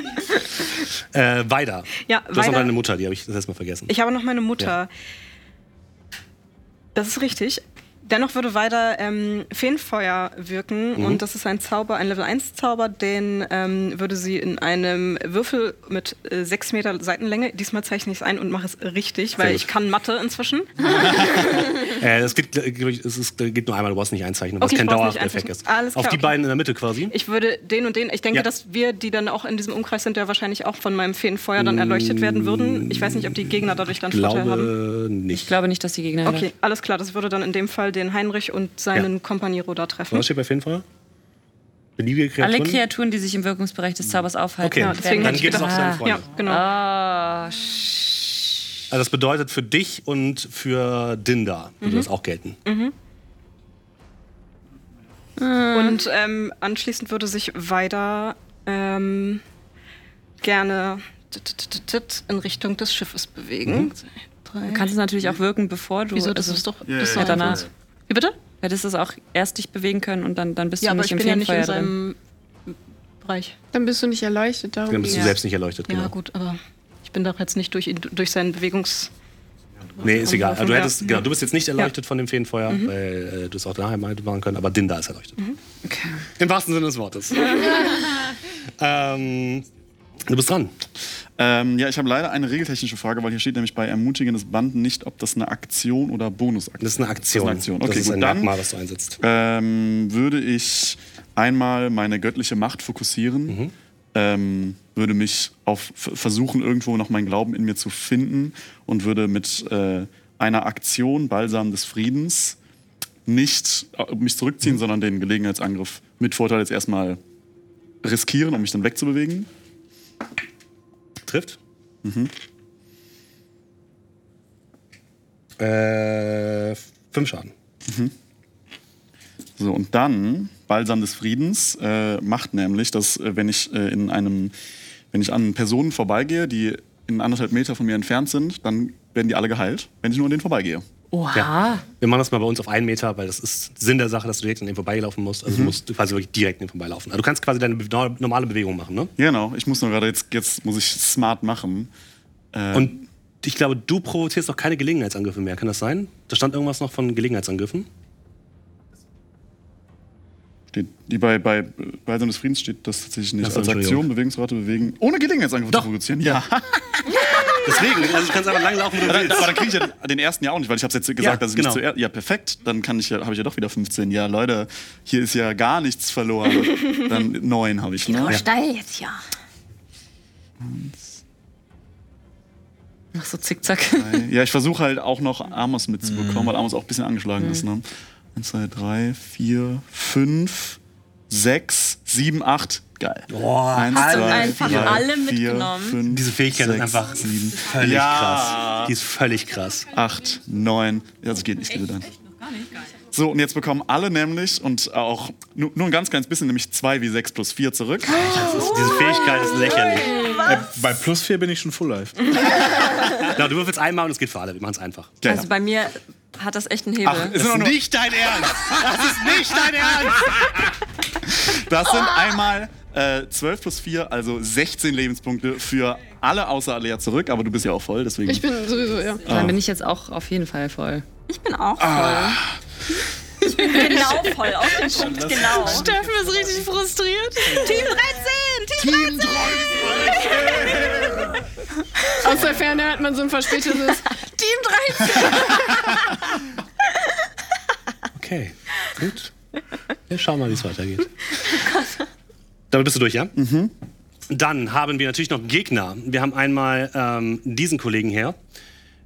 äh, weiter.
Ja,
du hast noch
Weider-
deine Mutter, die habe ich das letzte Mal vergessen.
Ich habe noch meine Mutter. Das ist richtig. Dennoch würde weiter ähm, Feenfeuer wirken und das ist ein Zauber, ein Level 1 Zauber, den ähm, würde sie in einem Würfel mit äh, 6 Meter Seitenlänge, diesmal zeichne ich es ein und mache es richtig, weil
gut.
ich kann Mathe inzwischen.
Äh, das geht, äh, glaub ich, es ist, äh, geht nur einmal, du brauchst nicht einzeichnen, weil
Okay,
es kein
ich brauch's nicht
Dauereffekt ist.
einzeichnen. Alles
Auf
klar,
die
okay.
beiden in der Mitte quasi.
Ich würde den und den, ich denke,
Ja.
dass wir, die dann auch in diesem Umkreis sind, ja wahrscheinlich auch von meinem Feenfeuer dann erleuchtet werden würden. Ich weiß nicht, ob die Gegner dadurch dann Vorteil haben.
glaube
Ich
nicht.
glaube nicht, dass die Gegner.
Okay, alles klar. Das würde dann in dem Fall den Heinrich und seinen Kompaniero da treffen.
Was steht bei Feenfeuer? Beliebige Kreaturen?
Alle Kreaturen, die sich im Wirkungsbereich des Zaubers aufhalten,
Okay,
ja,
deswegen
dann
hätte ich
geht es auf
gedacht-
seinen
Ja,
Freund.
genau.
Ah, sch-
Also das bedeutet für dich und für Dinda
Mhm.
würde das auch gelten.
Und ähm, anschließend würde sich Weider ähm, gerne tit- tit- tit- tit in Richtung des Schiffes
Mhm.
bewegen. Drei.
Du kannst es natürlich auch wirken, bevor du.
Wieso? Das
also-
ist doch
Ja,
das
ja,
soll
ja, danach.
einfach- Wie bitte?
Hättest du es auch erst dich bewegen können und dann, dann bist
Ja,
du
aber
nicht
ich
im
bin ja nicht
Feenfeuer
in
drin.
seinem Bereich.
Dann bist du nicht erleuchtet. Darum
Dann bist du
geht's.
Genau. selbst nicht erleuchtet,
Ja
genau.
gut, aber ich bin doch jetzt nicht durch, ihn- durch seinen Bewegungs...
Nee, ist egal.
vom
Also du, hättest,
Garten,
genau, du bist jetzt nicht erleuchtet von dem Feenfeuer,
Mhm.
weil äh, du es auch daheim hättest machen können, aber Dinda ist erleuchtet. Im wahrsten Sinne des Wortes. ähm, du bist dran.
Ähm, ja, ich habe leider eine regeltechnische Frage, weil hier steht nämlich bei ermutigendes Banden nicht, ob das eine Aktion oder Bonusaktion
Das ist eine Aktion.
Das ist, eine Aktion.
Das
Okay,
ist
gut,
ein
dann
Merkmal, was du einsetzt.
Ähm, würde ich einmal meine göttliche Macht fokussieren, ähm, würde mich auf f- versuchen, irgendwo noch meinen Glauben in mir zu finden und würde mit äh, einer Aktion Balsam des Friedens nicht äh, mich zurückziehen, sondern den Gelegenheitsangriff mit Vorteil jetzt erstmal riskieren, um mich dann wegzubewegen.
Trifft. Mhm. Äh, fünf Schaden.
So, und dann, Balsam des Friedens, äh, macht nämlich, dass äh, wenn ich äh, in einem, wenn ich an Personen vorbeigehe, die in anderthalb Meter von mir entfernt sind, dann werden die alle geheilt, wenn ich nur an denen vorbeigehe.
Oha.
Ja. Wir machen das mal bei uns auf einen Meter, weil das ist Sinn der Sache, dass du direkt an ihm vorbeilaufen musst. Also du musst quasi wirklich direkt an ihm vorbeilaufen. Also du kannst quasi deine be- nor- normale Bewegung machen, ne?
Genau, ich muss nur gerade jetzt, jetzt muss ich smart machen.
Und ich glaube, du provozierst auch keine Gelegenheitsangriffe mehr. Kann das sein? Da stand irgendwas noch von Gelegenheitsangriffen.
Steht, die bei, bei Balsam des Friedens steht das tatsächlich nicht.
Ach so,
Als Aktion,
Entschuldigung.
Bewegungsrate bewegen, ohne Gelegenheitsangriffe
Doch.
zu produzieren. Ja,
Deswegen, also du kannst einfach lang laufen, wo du
aber
willst.
dann kriege ich ja den ersten ja auch nicht, weil ich habe jetzt gesagt, dass ich
genau.
nicht zuerst... Ja, perfekt, dann kann ich ja, habe ich ja doch wieder 15. Ja, Leute, hier ist ja gar nichts verloren. dann 9 habe ich, ne? Ja.
Oh, Steil jetzt, ja.
Mach so zickzack.
Ja, ich versuche halt auch noch Amos mitzubekommen,
Mhm.
weil Amos auch ein bisschen angeschlagen ist. Ne? 1, 2, 3, 4, 5, 6, 7, 8. Geil.
Boah,
Eins,
Hast du
zwei,
einfach
drei,
alle
vier,
mitgenommen?
fünf,
Diese Fähigkeit ist
sechs,
einfach
sieben,
völlig
ja.
krass. Die ist völlig krass.
8, 9. Also geht nicht, geht dann. So, und jetzt bekommen alle nämlich und auch nur, nur ein ganz kleines bisschen, nämlich 2 wie 6 plus 4 zurück.
Das ist, diese Fähigkeit ist lächerlich.
Äh, bei plus 4 bin ich schon full life.
Genau, du würfelst einmal und es geht für alle. Wir machen es einfach.
Geil.
Also bei mir hat das echt einen Hebel.
ist nur,
Nicht dein Ernst! Das ist nicht dein Ernst!
das sind
Oh!
einmal äh, 12 plus 4, also 16 Lebenspunkte für alle außer Alea zurück, aber du bist ja auch voll, deswegen.
Ich bin sowieso, ja.
Dann bin ich jetzt auch auf jeden Fall voll.
ich bin auch voll. Ich bin genau voll auf den Punkt, genau.
Steffen ist richtig frustriert.
Team 13! Team
Team Treue!
Aus der Ferne hat man so ein verspätetes Team 13.
Okay, gut. Wir schauen mal, wie es weitergeht. Damit bist du durch, ja? Mhm. Dann haben wir natürlich noch Gegner. Wir haben einmal ähm, diesen Kollegen her.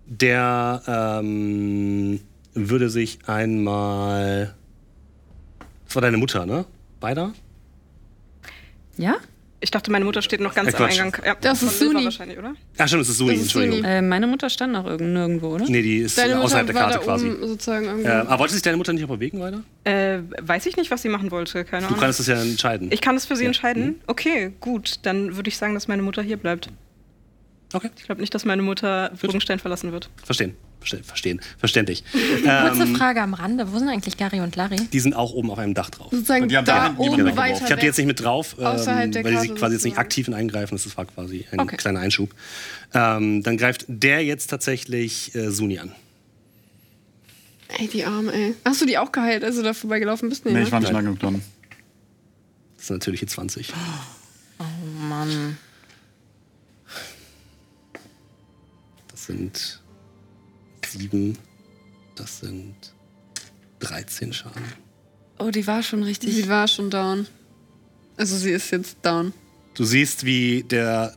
Der ähm, würde sich einmal. Das war deine Mutter, ne? Beider?
Ja?
Ich dachte, meine Mutter steht noch ganz
Äh,
am
Quatsch.
Eingang. Ja,
Das ist
von Silva
Suni.
wahrscheinlich, oder?
Ach, Ah, stimmt, das ist Sui,
Das ist
Entschuldigung.
Suni.
Äh, meine Mutter stand noch irgend, nirgendwo, oder?
Nee, die ist
Deine Mutter
außerhalb der
war
Karte
da
quasi.
oben sozusagen irgendwo.
Äh, aber wollte sich deine Mutter nicht auch bewegen weiter?
Äh, weiß ich nicht, was sie machen wollte. Keine
Du
Ahnung.
kannst es ja Mhm. entscheiden.
ich kann es für sie entscheiden. Okay, gut. Dann würde ich sagen, dass meine Mutter hier bleibt.
okay,
Ich glaube nicht, dass meine Mutter Burgenstein verlassen wird.
verstehen. Verstehen, verstehen. verständlich. Ähm.
Kurze Frage am Rande. Wo sind eigentlich Gary und Larry?
Die sind auch oben auf einem Dach drauf.
sozusagen
Und die haben da
da
hinten jemanden
oben
weggeworfen.
weiter
Ich habe die
weg.
jetzt nicht mit drauf, ähm,
Außerhalb der
weil die
Karte
sich quasi jetzt nicht
sozusagen.
aktiv in eingreifen. Das war quasi ein
Okay.
kleiner Einschub. Ähm, dann greift der jetzt tatsächlich äh, Suni an.
Ey, die Arme, ey. Hast du die auch geheilt, als du da vorbeigelaufen bist? Nee,
Nee,
ne?
ich war nicht lang genug dran.
Das ist natürlich die 20.
Oh,
Mann.
Das sind 7. Das sind 13 Schaden.
Oh, die war schon richtig.
Sie war schon down. Also sie ist jetzt down.
Du siehst, wie der,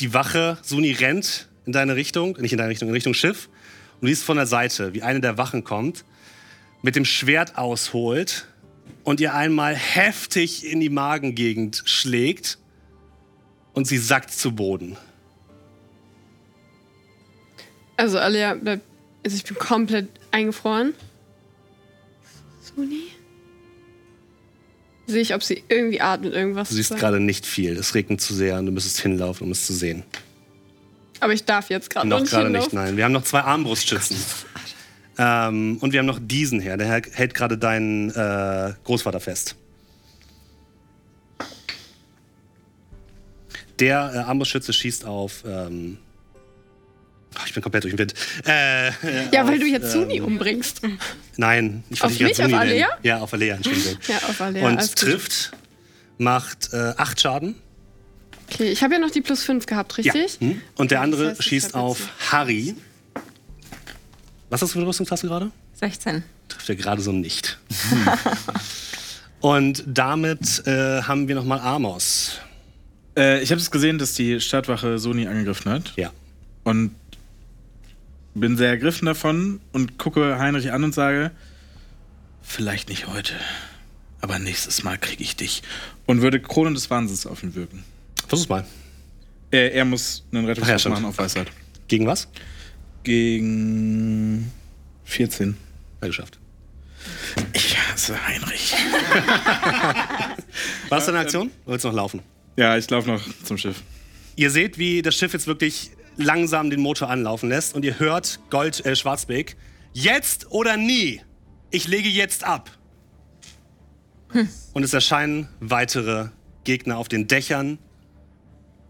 die Wache, Suni rennt in deine Richtung, nicht in deine Richtung, in Richtung Schiff. Und du siehst von der Seite, wie eine der Wachen kommt, mit dem Schwert ausholt und ihr einmal heftig in die Magengegend schlägt und sie sackt zu Boden.
Also Alia bleibt. Also ich bin komplett eingefroren. Suni? Sehe ich, ob sie irgendwie atmet, irgendwas.
Du siehst
sagt.
gerade nicht viel. Es regnet zu sehr und du müsstest hinlaufen, um es zu sehen.
Aber ich darf jetzt gerade
Noch
nicht
gerade nicht,
hinlaufen.
nein. Wir haben noch zwei Armbrustschützen. Ähm, und wir haben noch diesen her, der hält gerade deinen äh, Großvater fest. Der äh, Armbrustschütze schießt auf ähm, Ich bin komplett durch den Wind. Äh,
Ja, weil du jetzt
Ähm.
Zuni umbringst.
nein, ich
Auf
wollte nicht
mich,
ganz
auf
Uni nennen.
Alea?
Ja, auf Alea, Entschuldigung.
Ja, auf alle. ja,
Und
alles gut.
trifft, macht äh, acht Schaden.
Okay, ich habe ja noch die plus 5 gehabt,
Ja.
richtig?
Hm? Und der andere
Das heißt, ich
schießt
hab jetzt
auf Harry. Was hast du für eine Rüstungsklasse gerade?
16.
Trifft er gerade so nicht. Und damit äh, haben wir nochmal Amos.
Äh, ich habe es gesehen, dass die Stadtwache Sony angegriffen hat.
Ja.
Und bin sehr ergriffen davon und gucke Heinrich an und sage, vielleicht nicht heute, aber nächstes Mal kriege ich dich. Und würde Krone des Wahnsinns auf ihn wirken.
Versuch's mal.
Äh, er muss einen
Ach ja,
Rettungswurf
stimmt.
machen auf Weisheit.
Gegen was?
Gegen 14.
Ja, geschafft.
Ich hasse Heinrich.
War es deine Aktion? Oder willst du noch laufen?
Ja, ich laufe noch zum Schiff.
Ihr seht, wie das Schiff jetzt wirklich langsam den Motor anlaufen lässt und ihr hört Gold äh, Schwarzbeck. Jetzt oder nie. Ich lege jetzt ab. Und es erscheinen weitere Gegner auf den Dächern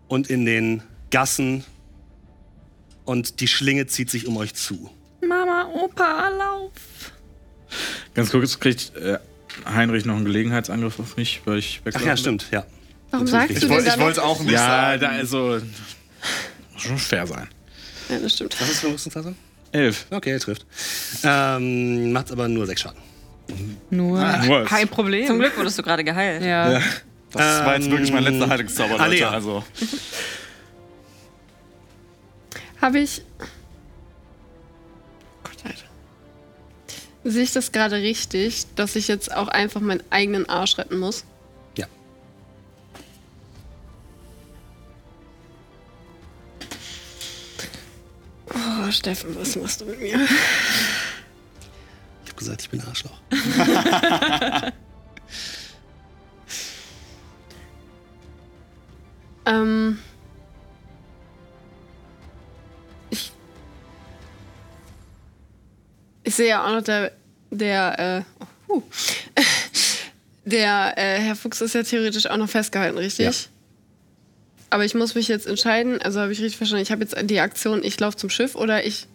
und in den Gassen und die Schlinge zieht sich um euch zu.
Mama, Opa, lauf.
Ganz kurz kriegt äh, Heinrich noch einen Gelegenheitsangriff auf mich, weil ich
Ach
wechsle.
ja, stimmt, ja.
Warum
Natürlich
sagst
nicht.
du
Ich,
denn
wollt,
da
ich wollte auch nicht
Ja,
sagen.
da also muss schon fair sein.
Ja, das stimmt.
Was ist für eine Rüstungsklasse?
Elf.
Okay, er trifft. Ähm, macht aber nur sechs Schaden.
Nur.
Ah.
Was?
Kein Problem.
Zum Glück wurdest du gerade geheilt.
Ah. Ja.
Das war jetzt
Ähm,
wirklich mein letzter Heilungszauber, Leute.
Alea.
Also,
Habe ich. Gott, Alter. Sehe ich das gerade richtig, dass ich jetzt auch einfach meinen eigenen Arsch retten muss?
Ja.
Oh, Steffen, was machst du mit mir?
Ich habe gesagt, ich bin ein Arschloch.
Ähm. Ich. Ich sehe ja auch noch, der. Der, äh, oh, huh. der äh, Herr Fuchs ist ja theoretisch auch noch festgehalten, richtig?
Ja.
Aber ich muss mich jetzt entscheiden, also habe ich richtig verstanden, ich habe jetzt die Aktion, ich laufe zum Schiff oder ich.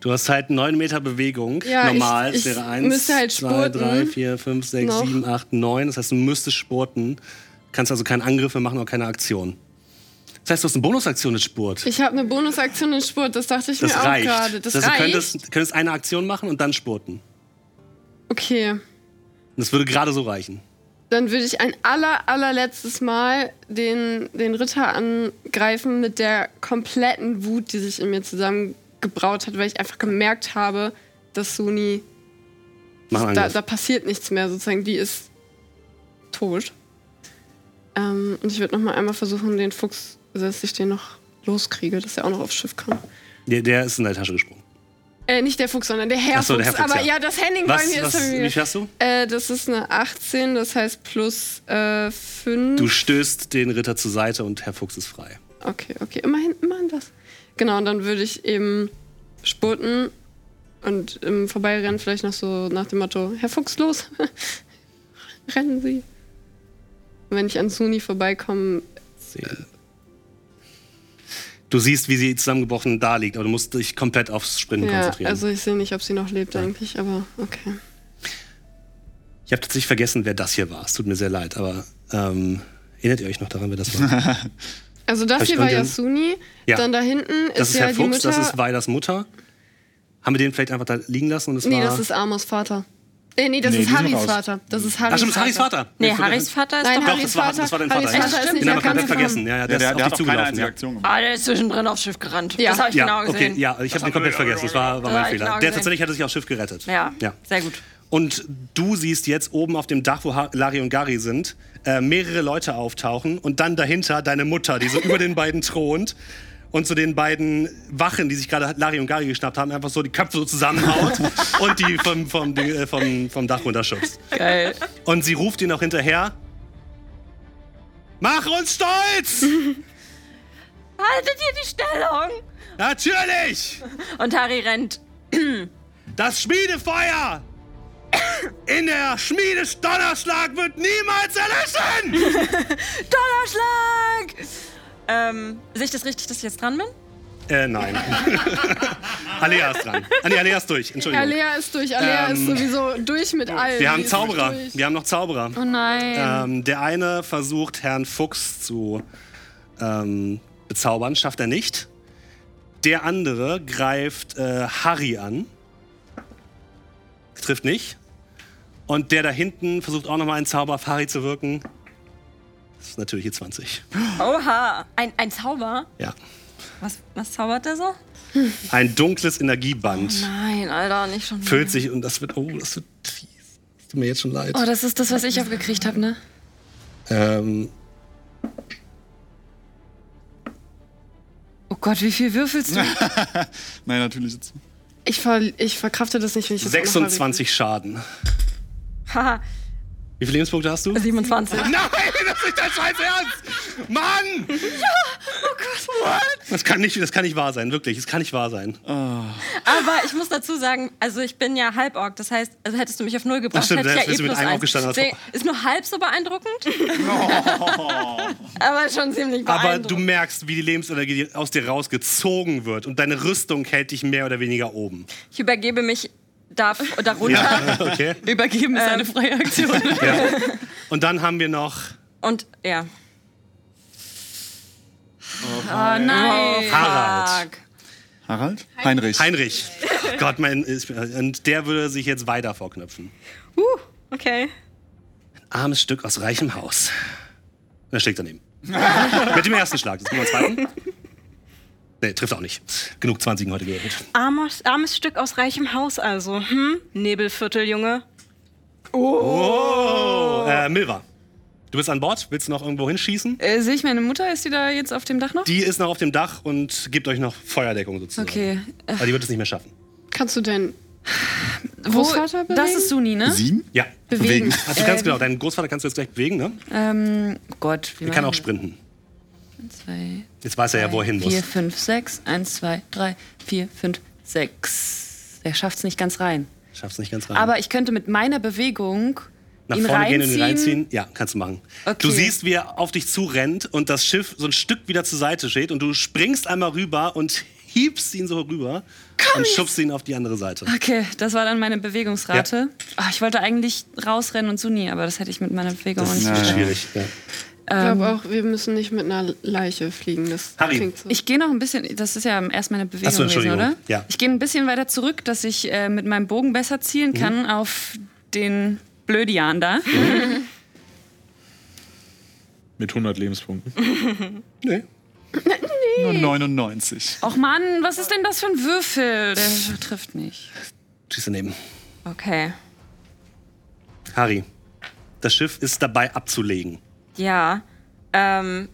Du hast halt 9 Meter Bewegung.
Ja, ich-
Normal es
ich
wäre 1,
müsste halt
2,
spurten.
3, 4, 5, 6,
Noch.
7, 8, 9. Das heißt, du müsstest spurten. Kannst also keine Angriffe machen, auch keine Aktion. Das heißt, du hast eine Bonusaktion mit Spurt.
Ich habe eine Bonusaktion in Sport, das dachte ich
das
mir
reicht.
auch gerade. oh Das
das heißt,
reicht.
Du könntest, könntest eine Aktion machen und dann spurten. Und
okay.
das würde gerade so reichen.
Dann würde ich ein aller, allerletztes Mal den, den Ritter angreifen mit der kompletten Wut, die sich in mir zusammengebraut hat, weil ich einfach gemerkt habe, dass Suni,
Mach einen
da,
Angriff.
da passiert nichts mehr sozusagen, die ist tot. Ähm, und ich würde noch mal einmal versuchen, den Fuchs, also, dass ich den noch loskriege, dass er auch noch aufs Schiff kann.
der, der ist in deine Tasche gesprungen.
Äh, nicht der Fuchs, sondern der Herr,
Ach so,
Fuchs.
der Herr Fuchs,
Aber
ja.
ja, das Henning bei
Was,
mir
was,
ist bei mir.
wie fährst du?
Äh, das ist eine 18, das heißt plus äh, 5.
Du stößt den Ritter zur Seite und Herr Fuchs ist frei.
Okay, okay, immerhin, immerhin was. Genau, und dann würde ich eben spurten und im Vorbeirennen vielleicht noch so nach dem Motto, Herr Fuchs, los, rennen Sie. Und wenn ich an Suni vorbeikomme,
sehen. Du siehst, wie sie zusammengebrochen da liegt, aber du musst dich komplett aufs Springen
ja,
konzentrieren.
also ich sehe nicht, ob sie noch lebt eigentlich, aber okay.
ich habe tatsächlich vergessen, wer das hier war. Es tut mir sehr leid, aber ähm, erinnert ihr euch noch daran, wer das war?
Also das
Hab ich
hier war ja
irgendeinen-
Suni,
Ja.
dann da hinten
Das ist
ist ja
Herr
die
Fuchs,
Mutter.
das ist Weiders Mutter. Haben wir den vielleicht einfach da liegen lassen und es
nee,
war.
das ist Amos Vater. Äh, nee, das
Nee, die
ist
sind
Harrys
raus.
Vater. Das ist Harrys
Ach stimmt, das ist Harrys
Vater.
Vater.
Nee,
Ich-
Harrys Vater ist
Nein,
doch...
Doch,
Harrys
das war,
Vater-
das war dein
Harrys
Vater.
Vater
Echt?
ist
den
nicht
haben wir komplett
erkannt worden.
vergessen. Ja, ja,
der,
der,
der,
ist
der
auf
hat
dich
auch
zugelaufen.
keine einzige
Ja.
Aktion gemacht.
Ah, der ist zwischendrin aufs Schiff gerannt.
Ja.
Das habe ich
Ja,
genau
okay,
gesehen.
ja, ich habe
Das
den
hab
komplett
ich
vergessen. Das war, war
Das
mein
hab ich
Fehler.
genau
der
gesehen.
tatsächlich hatte sich aufs Schiff gerettet.
Ja, sehr gut.
Und du siehst jetzt oben auf dem Dach, wo Ha- Lari und Gary sind, äh, mehrere Leute auftauchen und dann dahinter deine Mutter, die so über den beiden thront und zu den beiden Wachen, die sich gerade Lari und Gary geschnappt haben, einfach so die Köpfe so zusammenhaut und die vom, vom, Ding- äh, vom, vom Dach runterschubst.
Geil.
Und sie ruft ihn auch hinterher. Mach uns stolz!
Haltet ihr die Stellung?
Natürlich!
Und Harry rennt.
Das Schmiedefeuer in der Schmiede Donnerschlag wird niemals erlöschen!
Donnerschlag! Ähm, sehe ich das richtig, dass ich jetzt dran bin?
Äh, nein. Alea ist dran. Ah, nee, Alea ist durch. Entschuldigung.
Alea ist durch. Alea
Ähm,
ist sowieso durch mit allem.
Wir haben
Die ist
Zauberer.
durch.
Wir haben noch Zauberer.
Oh nein.
Ähm, der eine versucht, Herrn Fuchs zu ähm, bezaubern, schafft er nicht. Der andere greift äh, Harry an. Trifft nicht. Und der da hinten versucht auch nochmal einen Zauber auf Harry zu wirken. Das ist natürlich die 20.
Oha, ein, ein Zauber.
Ja.
Was, was zaubert der so?
Ein dunkles
Oh
Energieband
Nein, Alter, nicht schon. wieder.
füllt sich und das wird. Oh, das wird fies. Das tut mir jetzt schon leid.
Oh, das ist das, was ich aufgekriegt habe, ne?
Ähm,
Oh Gott, wie viel würfelst du?
Nein, natürlich jetzt.
Ich, ver ich verkrafte das nicht, wenn ich das auch noch mal-
26 Schaden.
Haha,
Wie viele Lebenspunkte hast du?
27.
Nein, das ist nicht dein scheiß Ernst! Mann! Ja, oh Gott, what? Das kann, nicht, das kann nicht wahr sein, wirklich. Das kann nicht wahr sein.
Aber ich muss dazu sagen, also ich bin ja Halborg, das heißt, also hättest du mich auf Null gebracht,
Ach stimmt,
hätte ich
da
ja eh
bist du mit
plus
einem
eins.
aufgestanden als-
Deswegen Ist nur halb so beeindruckend. Aber schon ziemlich
Aber
beeindruckend.
du merkst, wie die Lebensenergie aus dir rausgezogen wird und deine Rüstung hält dich mehr oder weniger oben.
ich übergebe mich da, darunter
Ja, okay.
Übergeben ist eine freie Aktion.
Ja. Und dann haben wir noch
und ja.
Oh nein.
Harald.
Fuck.
Harald? Heinrich.
Heinrich. Oh Gott, mein. ist- Und der würde sich jetzt weiter vorknöpfen.
Uh, okay.
Armes Stück aus reichem Haus. Und er schlägt daneben. Mit dem ersten Schlag. Jetzt kommen wir zum zweiten. Nee, trifft auch nicht. Genug 20 heute gewählt.
Armes, armes Stück aus reichem Haus also. Hm? Nebelviertel, Junge.
Oh! Äh, Milva, du bist an Bord. Willst du noch irgendwo hinschießen?
Äh, Sehe ich meine Mutter? Ist die da jetzt auf dem Dach noch?
Die ist noch auf dem Dach und gibt euch noch Feuerdeckung sozusagen.
Okay. Äh,
Aber die wird es nicht mehr schaffen.
Kannst du denn
wo,
Großvater bewegen?
das ist Suni, ne?
Sieben?
Ja.
Bewegen.
Also ganz genau, deinen Großvater kannst du jetzt gleich bewegen, ne?
Ähm, oh Gott, wie
Der kann auch sprinten.
Zwei,
Jetzt weiß er ja, wo er hin muss.
vier, fünf, sechs. Eins, zwei, drei, vier, fünf, sechs. Er schafft's nicht ganz rein.
Schaffst nicht ganz rein.
Aber ich könnte mit meiner Bewegung
Nach
ihn
vorne
reinziehen.
gehen und ihn reinziehen? Ja, kannst du machen.
Okay.
Du siehst, wie er auf dich zurennt und das Schiff so ein Stück wieder zur Seite steht und du springst einmal rüber und hiebst ihn so rüber und schubst ihn auf die andere Seite.
Okay, das war dann meine Bewegungsrate. Ah, ich wollte eigentlich rausrennen und Suni, aber das hätte ich mit meiner Bewegung
Das ist
nicht.
schwierig. Ja.
Ich glaube auch, wir müssen nicht mit einer Leiche fliegen. Das
Harry.
klingt so.
Ich gehe noch ein bisschen, das ist ja erst meine Bewegung
Ach so,
gewesen,
Entschuldigung.
oder?
Ja.
Ich gehe ein bisschen weiter zurück, dass ich äh, mit meinem Bogen besser zielen
Mhm.
kann auf den Blödian da.
Mit 100 Lebenspunkten.
Nee.
Nur 99.
Och Mann, was ist denn das für ein Würfel? Der trifft nicht.
Schieß daneben.
Okay.
Harry, das Schiff ist dabei abzulegen.
Ja. Ähm,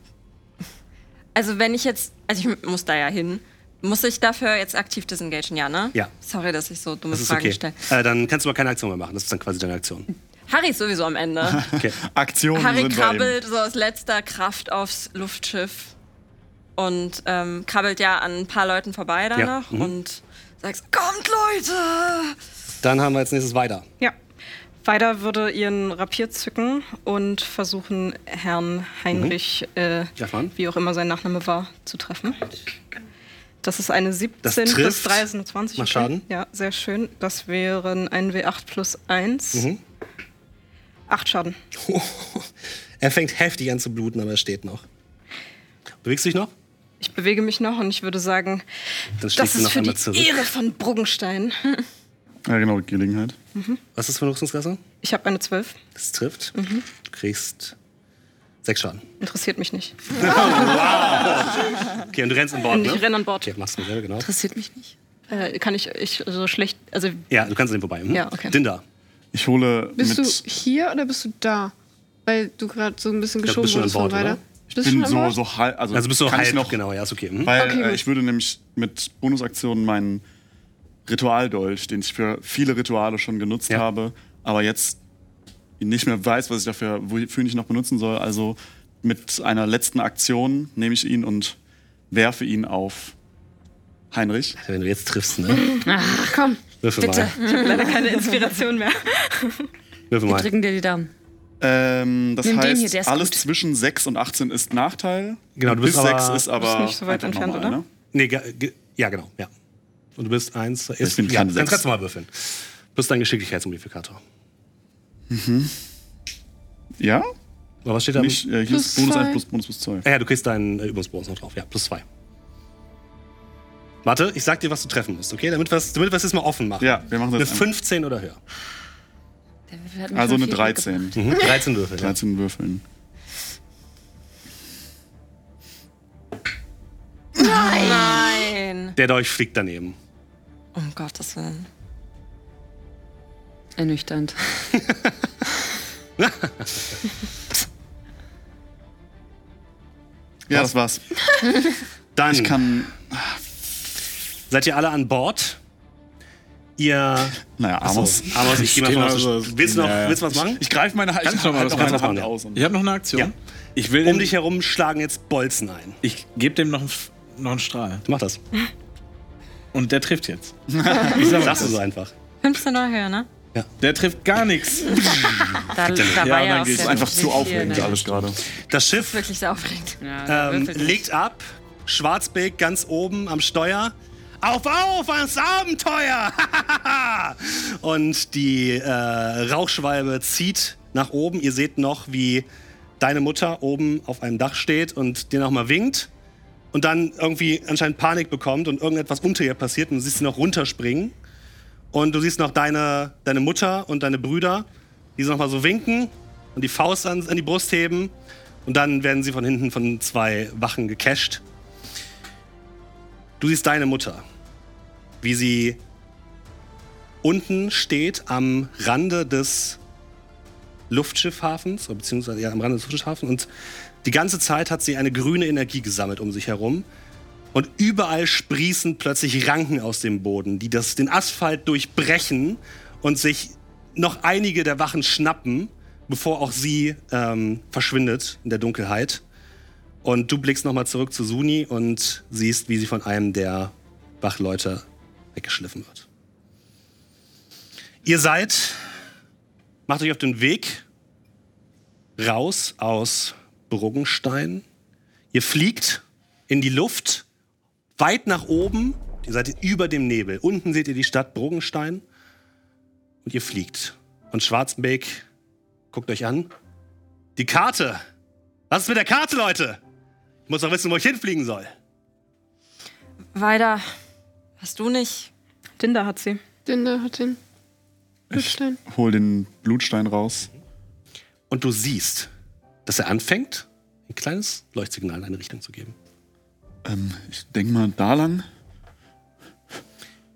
also wenn ich jetzt, also ich muss da ja hin, muss ich dafür jetzt aktiv disengagen, ja, ne?
Ja.
Sorry, dass ich so dumme
Das ist
Fragen
okay.
stelle.
Äh, dann kannst du aber keine Aktion mehr machen. Das ist dann quasi deine Aktion.
Harry ist sowieso am Ende.
Okay.
Aktionen
Harry
sind bei ihm.
krabbelt so aus letzter Kraft aufs Luftschiff und ähm, krabbelt ja an ein paar Leuten vorbei da
Ja,
noch
mhm.
und sagst, kommt Leute!
Dann haben wir als nächstes weiter.
Ja. Weiter würde ihren Rapier zücken und versuchen, Herrn Heinrich, äh,
Mhm. Jaffan?
wie auch immer sein Nachname war, zu treffen. Das ist eine 17 plus
trifft.
3 ist eine 20.
Mach
okay.
Schaden.
Ja, sehr schön. Das wären ein W8 plus 1.
Mhm.
8 Schaden.
Er fängt heftig an zu bluten, aber er steht noch. Bewegst du dich noch?
Ich bewege mich noch und ich würde sagen,
Dann schlägst
das
du
ist
noch
für die E-
einmal zurück.
Ehre von Bruggenstein.
Ja, genau, Gelegenheit.
Was ist für eine Rüstungsklasse?
Ich habe eine 12.
Das trifft.
Mhm.
Du kriegst sechs Schaden.
Interessiert mich nicht.
Okay, und du rennst an Bord,
Und
ne?
ich renne an Bord.
Okay, machst du selber, genau.
Interessiert mich nicht.
Äh, kann ich, ich so schlecht, also
Ja, du kannst an ihm vorbei. Hm?
Ja, okay.
Dinda.
Ich hole
bist du
mit.
hier oder bist du da? Weil du gerade so ein bisschen
glaub, du
geschoben
bist schon an
wurdest von
Bord,
weiter.
oder?
Ich
bin so, so halb. Also,
Also bist du
kann
halb,
ich noch.
genau, ja, ist okay. Hm?
Weil
Okay,
äh,
gut.
ich würde nämlich mit Bonusaktion meinen Ritualdolch, den ich für viele Rituale schon genutzt
Ja.
habe, aber jetzt nicht mehr weiß, was ich dafür, wofür ich ihn noch benutzen soll. Also mit einer letzten Aktion nehme ich ihn und werfe ihn auf Heinrich.
Wenn du jetzt triffst, ne?
komm.
Würfel
Bitte.
mal.
leider keine Inspiration mehr.
Würfel mal.
Drücken dir die Daumen.
Ähm, das
Nimm den
heißt,
hier, der ist
alles
gut.
zwischen 6 und 18 ist Nachteil.
Genau, du bist
Bis
aber-
6 ist aber
nicht so weit
einfach
entfernt,
normal,
oder?
Ne?
Nee, ge- ge- ja, genau, ja. Und du bist eins. Ist,
bin
ja,
kein
dann
Sechs.
kannst du mal würfeln. Plus dein Geschicklichkeitsmodifikator.
ne? Ja?
Aber was steht da?
Nicht, äh, hier
Plus
ist Bonus 1
zwei.
plus Bonus plus 2.
Ah ja, du kriegst deinen äh, Übungsbonus noch drauf. Ja, plus zwei. Warte, ich sag dir, was du treffen musst, okay? Damit wir es damit wir's jetzt mal offen machen.
Ja, wir machen das
Eine
einmal.
15 oder höher.
Der Würfel hat mich
Also
schon
eine
viel
13.
Mhm. 13 Würfel. Ja.
13 Würfeln.
Nein.
Der Dolch fliegt daneben.
Um Gottes Willen.
gebracht. Ernüchternd.
Ja, das war's.
Dann
Ich kann,
seid ihr alle an Bord. Ihr.
naja, Amos.
Achso, Amos, ich geh mal
Stehen
von aus.
also-
Willst du noch
Ja, ja.
willst du was machen?
Ich greife meine,
Kannst du noch mal was
meine
machen?
Hand
Ja.
aus. Und
Ich habe noch eine Aktion.
Ja.
Ich will
um
dem-
dich herum schlagen jetzt Bolzen ein.
Ich gebe dem noch einen, F- noch einen Strahl.
Mach das.
Und der trifft jetzt.
Ich sag das so einfach.
15 oder höher, ne?
Der trifft gar nichts.
Da, da war
Ja, dann
ja auch
das
geht's
sehr
ist einfach
viel
zu aufregend
hier, ne?
alles gerade.
Das Schiff
Wirklich sehr aufregend.
Ja,
ähm,
Würfel nicht.
legt ab. Schwarzbeck ganz oben am Steuer. Auf, auf, ans Abenteuer! Und die äh, Rauchschwalbe zieht nach oben. Ihr seht noch, wie deine Mutter oben auf einem Dach steht und dir nochmal winkt. Und dann irgendwie anscheinend Panik bekommt und irgendetwas unter ihr passiert. Und du siehst sie noch runterspringen. Und du siehst noch deine, deine Mutter und deine Brüder, die so nochmal so winken und die Faust an, an die Brust heben. Und dann werden sie von hinten von zwei Wachen gecasht. Du siehst deine Mutter, wie sie unten steht am Rande des Luftschiffhafens, oder beziehungsweise ja, am Rande des Luftschiffhafens. Und die ganze Zeit hat sie eine grüne Energie gesammelt um sich herum. Und überall sprießen plötzlich Ranken aus dem Boden, die das, den Asphalt durchbrechen und sich noch einige der Wachen schnappen, bevor auch sie ähm, verschwindet in der Dunkelheit. Und du blickst nochmal zurück zu Suni und siehst, wie sie von einem der Wachleute weggeschliffen wird. Ihr seid, macht euch auf den Weg raus aus Bruggenstein. Ihr fliegt in die Luft weit nach oben. Ihr seid über dem Nebel. Unten seht ihr die Stadt Bruggenstein. Und ihr fliegt. Und Schwarzenbeck guckt euch an. Die Karte. Was ist mit der Karte, Leute? Ich muss doch wissen, wo ich hinfliegen soll.
Weiter. Hast du nicht?
Dinda hat sie.
Den da hat den Blutstein.
Hol den Blutstein raus.
Und du siehst, dass er anfängt, ein kleines Leuchtsignal in eine Richtung zu geben.
Ähm, ich denk mal da lang.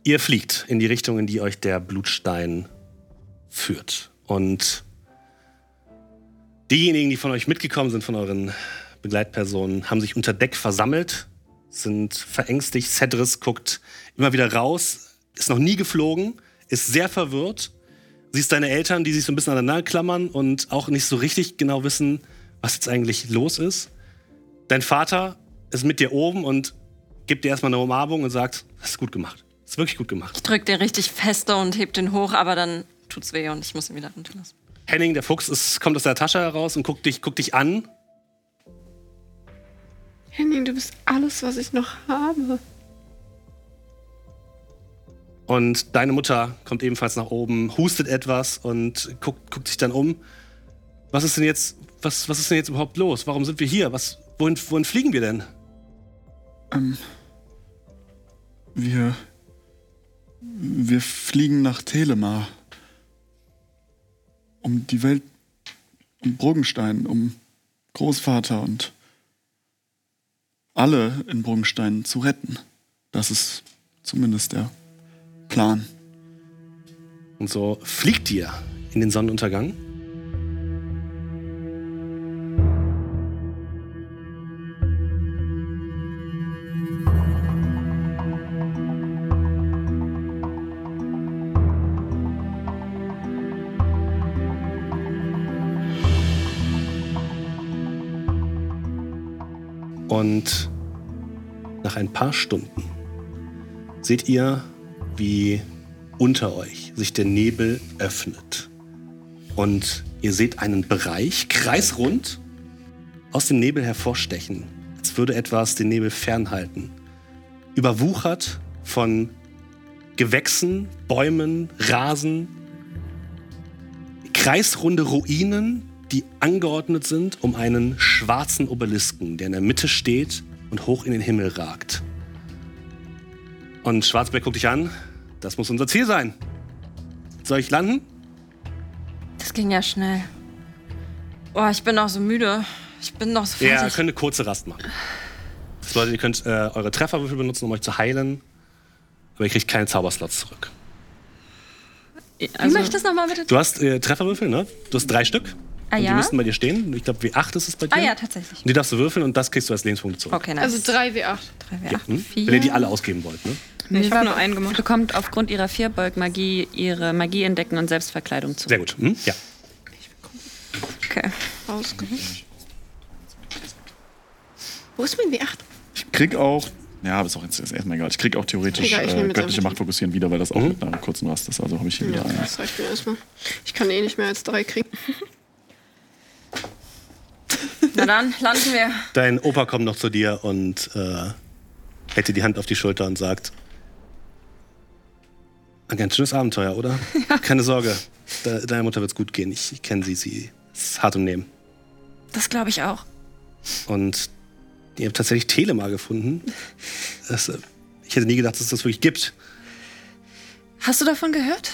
Ihr fliegt in die Richtung, in die euch der Blutstein führt. Und diejenigen, die von euch mitgekommen sind, von euren Begleitpersonen, haben sich unter Deck versammelt, sind verängstigt. Cedris guckt immer wieder raus, ist noch nie geflogen, ist sehr verwirrt. Siehst deine Eltern, die sich so ein bisschen aneinander klammern und auch nicht so richtig genau wissen, was jetzt eigentlich los ist. Dein Vater ist mit dir oben und gibt dir erstmal eine Umarmung und sagt, hast gut gemacht. Hast wirklich gut gemacht.
Ich drück den richtig fester und heb den hoch, aber dann tut's weh und ich muss ihn wieder runter lassen.
Henning, der Fuchs, ist, kommt aus der Tasche heraus und guckt dich, guckt dich an.
Henning, du bist alles, was ich noch habe.
Und deine Mutter kommt ebenfalls nach oben, hustet etwas und guckt, guckt sich dann um. Was ist denn jetzt, was, was ist denn jetzt überhaupt los? Warum sind wir hier? Was, wohin, wohin fliegen wir denn?
Ähm, wir. Wir fliegen nach Telemar. Um die Welt. Um Bruggenstein, um Großvater und. alle in Bruggenstein zu retten. Das ist zumindest der Plan.
Und so fliegt ihr in den Sonnenuntergang. Und nach ein paar Stunden seht ihr, wie unter euch sich der Nebel öffnet. Und ihr seht einen Bereich, kreisrund, aus dem Nebel hervorstechen, als würde etwas den Nebel fernhalten. überwuchert von Gewächsen, Bäumen, Rasen, kreisrunde Ruinen, die angeordnet sind um einen schwarzen Obelisken, der in der Mitte steht und hoch in den Himmel ragt. Und Schwarzberg guckt dich an. Das muss unser Ziel sein. Soll ich landen?
Das ging ja schnell. Oh, ich bin auch so müde. Ich bin noch so
Ja, ihr
fertig.
könnt eine kurze Rast machen. Das bedeutet, ihr könnt äh, eure Trefferwürfel benutzen, um euch zu heilen. Aber ihr kriegt keine Zauberslots zurück.
Wie möchte das nochmal bitte?
Du hast äh, Trefferwürfel, ne? Du hast drei Stück.
Ah
Und die
ja?
müssten bei dir stehen. Ich glaube, wie acht ist es bei dir?
Ah ja, tatsächlich.
Und die darfst du würfeln und das kriegst du als Lebenspunkte zurück.
Okay, nice.
Also 3W8.
drei, acht,
Hm?
vier.
Wenn ihr die alle ausgeben wollt, ne?
Nee, ich habe nur einen gemacht.
bekommt aufgrund ihrer Vierbeug-Magie ihre Magie entdecken und Selbstverkleidung zurück.
Sehr gut. Hm? Ja.
Okay.
Wo ist mein W8?
Ich krieg auch. Ja, aber ist auch jetzt ist erstmal egal. Ich krieg auch theoretisch
Egal, ich nehme
äh,
jetzt
göttliche
einfach
Macht fokussieren wieder, weil das auch mit einer kurzen Rast ist. Also habe ich hier wieder eine.
Oh, Das reicht mir erstmal. Ich kann eh nicht mehr als drei kriegen.
Na dann, landen wir.
Dein Opa kommt noch zu dir und äh, hält dir die Hand auf die Schulter und sagt: Ein ganz schönes Abenteuer, oder? Keine Sorge, de deiner Mutter wird's gut gehen. Ich, ich kenne sie, sie ist hart im Nehmen.
Das glaube ich auch.
Und ihr habt tatsächlich Telemar gefunden. Das, äh, ich hätte nie gedacht, dass es das wirklich gibt.
Hast du davon gehört?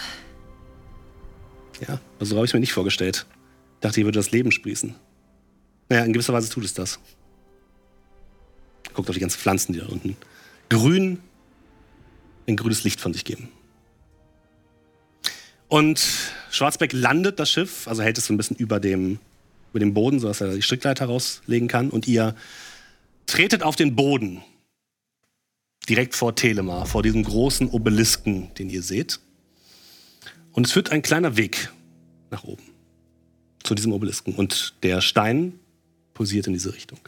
Ja, also so habe ich mir nicht vorgestellt. Ich dachte, ihr würde das Leben sprießen. Naja, in gewisser Weise tut es das. Guckt auf die ganzen Pflanzen, die da unten grün ein grünes Licht von sich geben. Und Schwarzbeck landet das Schiff, also hält es so ein bisschen über dem, über dem Boden, sodass er die Strickleiter rauslegen kann. Und ihr tretet auf den Boden, direkt vor Telema, vor diesem großen Obelisken, den ihr seht. Und es führt ein kleiner Weg nach oben. Zu diesem Obelisken. Und der Stein posiert in diese Richtung.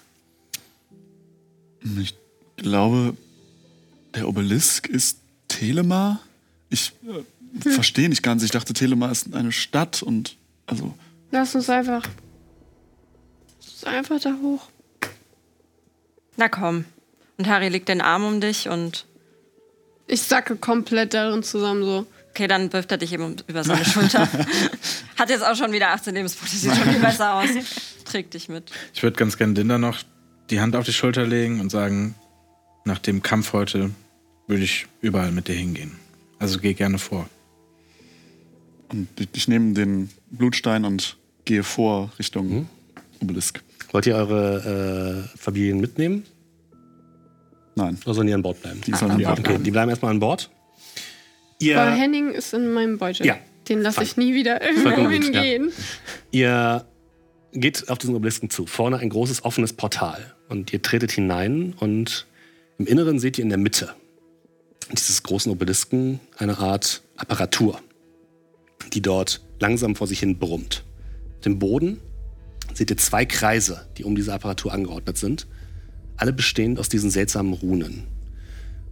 Ich glaube, der Obelisk ist Telema. Ich äh, verstehe nicht ganz. Ich dachte, Telema ist eine Stadt und also
Lass uns einfach. Lass uns einfach da hoch.
Na komm. Und Harry legt den Arm um dich und.
Ich sacke komplett darin zusammen so.
Okay, dann wirft er dich eben um- über seine Schulter. Hat jetzt auch schon wieder 18 Lebenspunkte. Sieht schon viel besser aus. Trägt dich mit.
Ich würde ganz gerne Dinder noch die Hand auf die Schulter legen und sagen, nach dem Kampf heute würde ich überall mit dir hingehen. Also geh gerne vor.
und ich, ich nehme den Blutstein und gehe vor Richtung
Hm?
Obelisk.
Wollt ihr eure äh, Familien mitnehmen
Nein,
oder sollen die an Bord bleiben?
die sollen ah,
Okay, die bleiben erstmal an Bord.
Aber
Ihr,
Henning ist in meinem Beutel.
Ja.
Den lasse ich nie wieder irgendwo
Vollkommen gut,
hingehen.
ihr geht auf diesen Obelisken zu. Vorne ein großes offenes Portal. Und ihr tretet hinein und im Inneren seht ihr in der Mitte dieses großen Obelisken eine Art Apparatur, die dort langsam vor sich hin brummt. Auf dem Boden seht ihr zwei Kreise, die um diese Apparatur angeordnet sind. Alle bestehend aus diesen seltsamen Runen.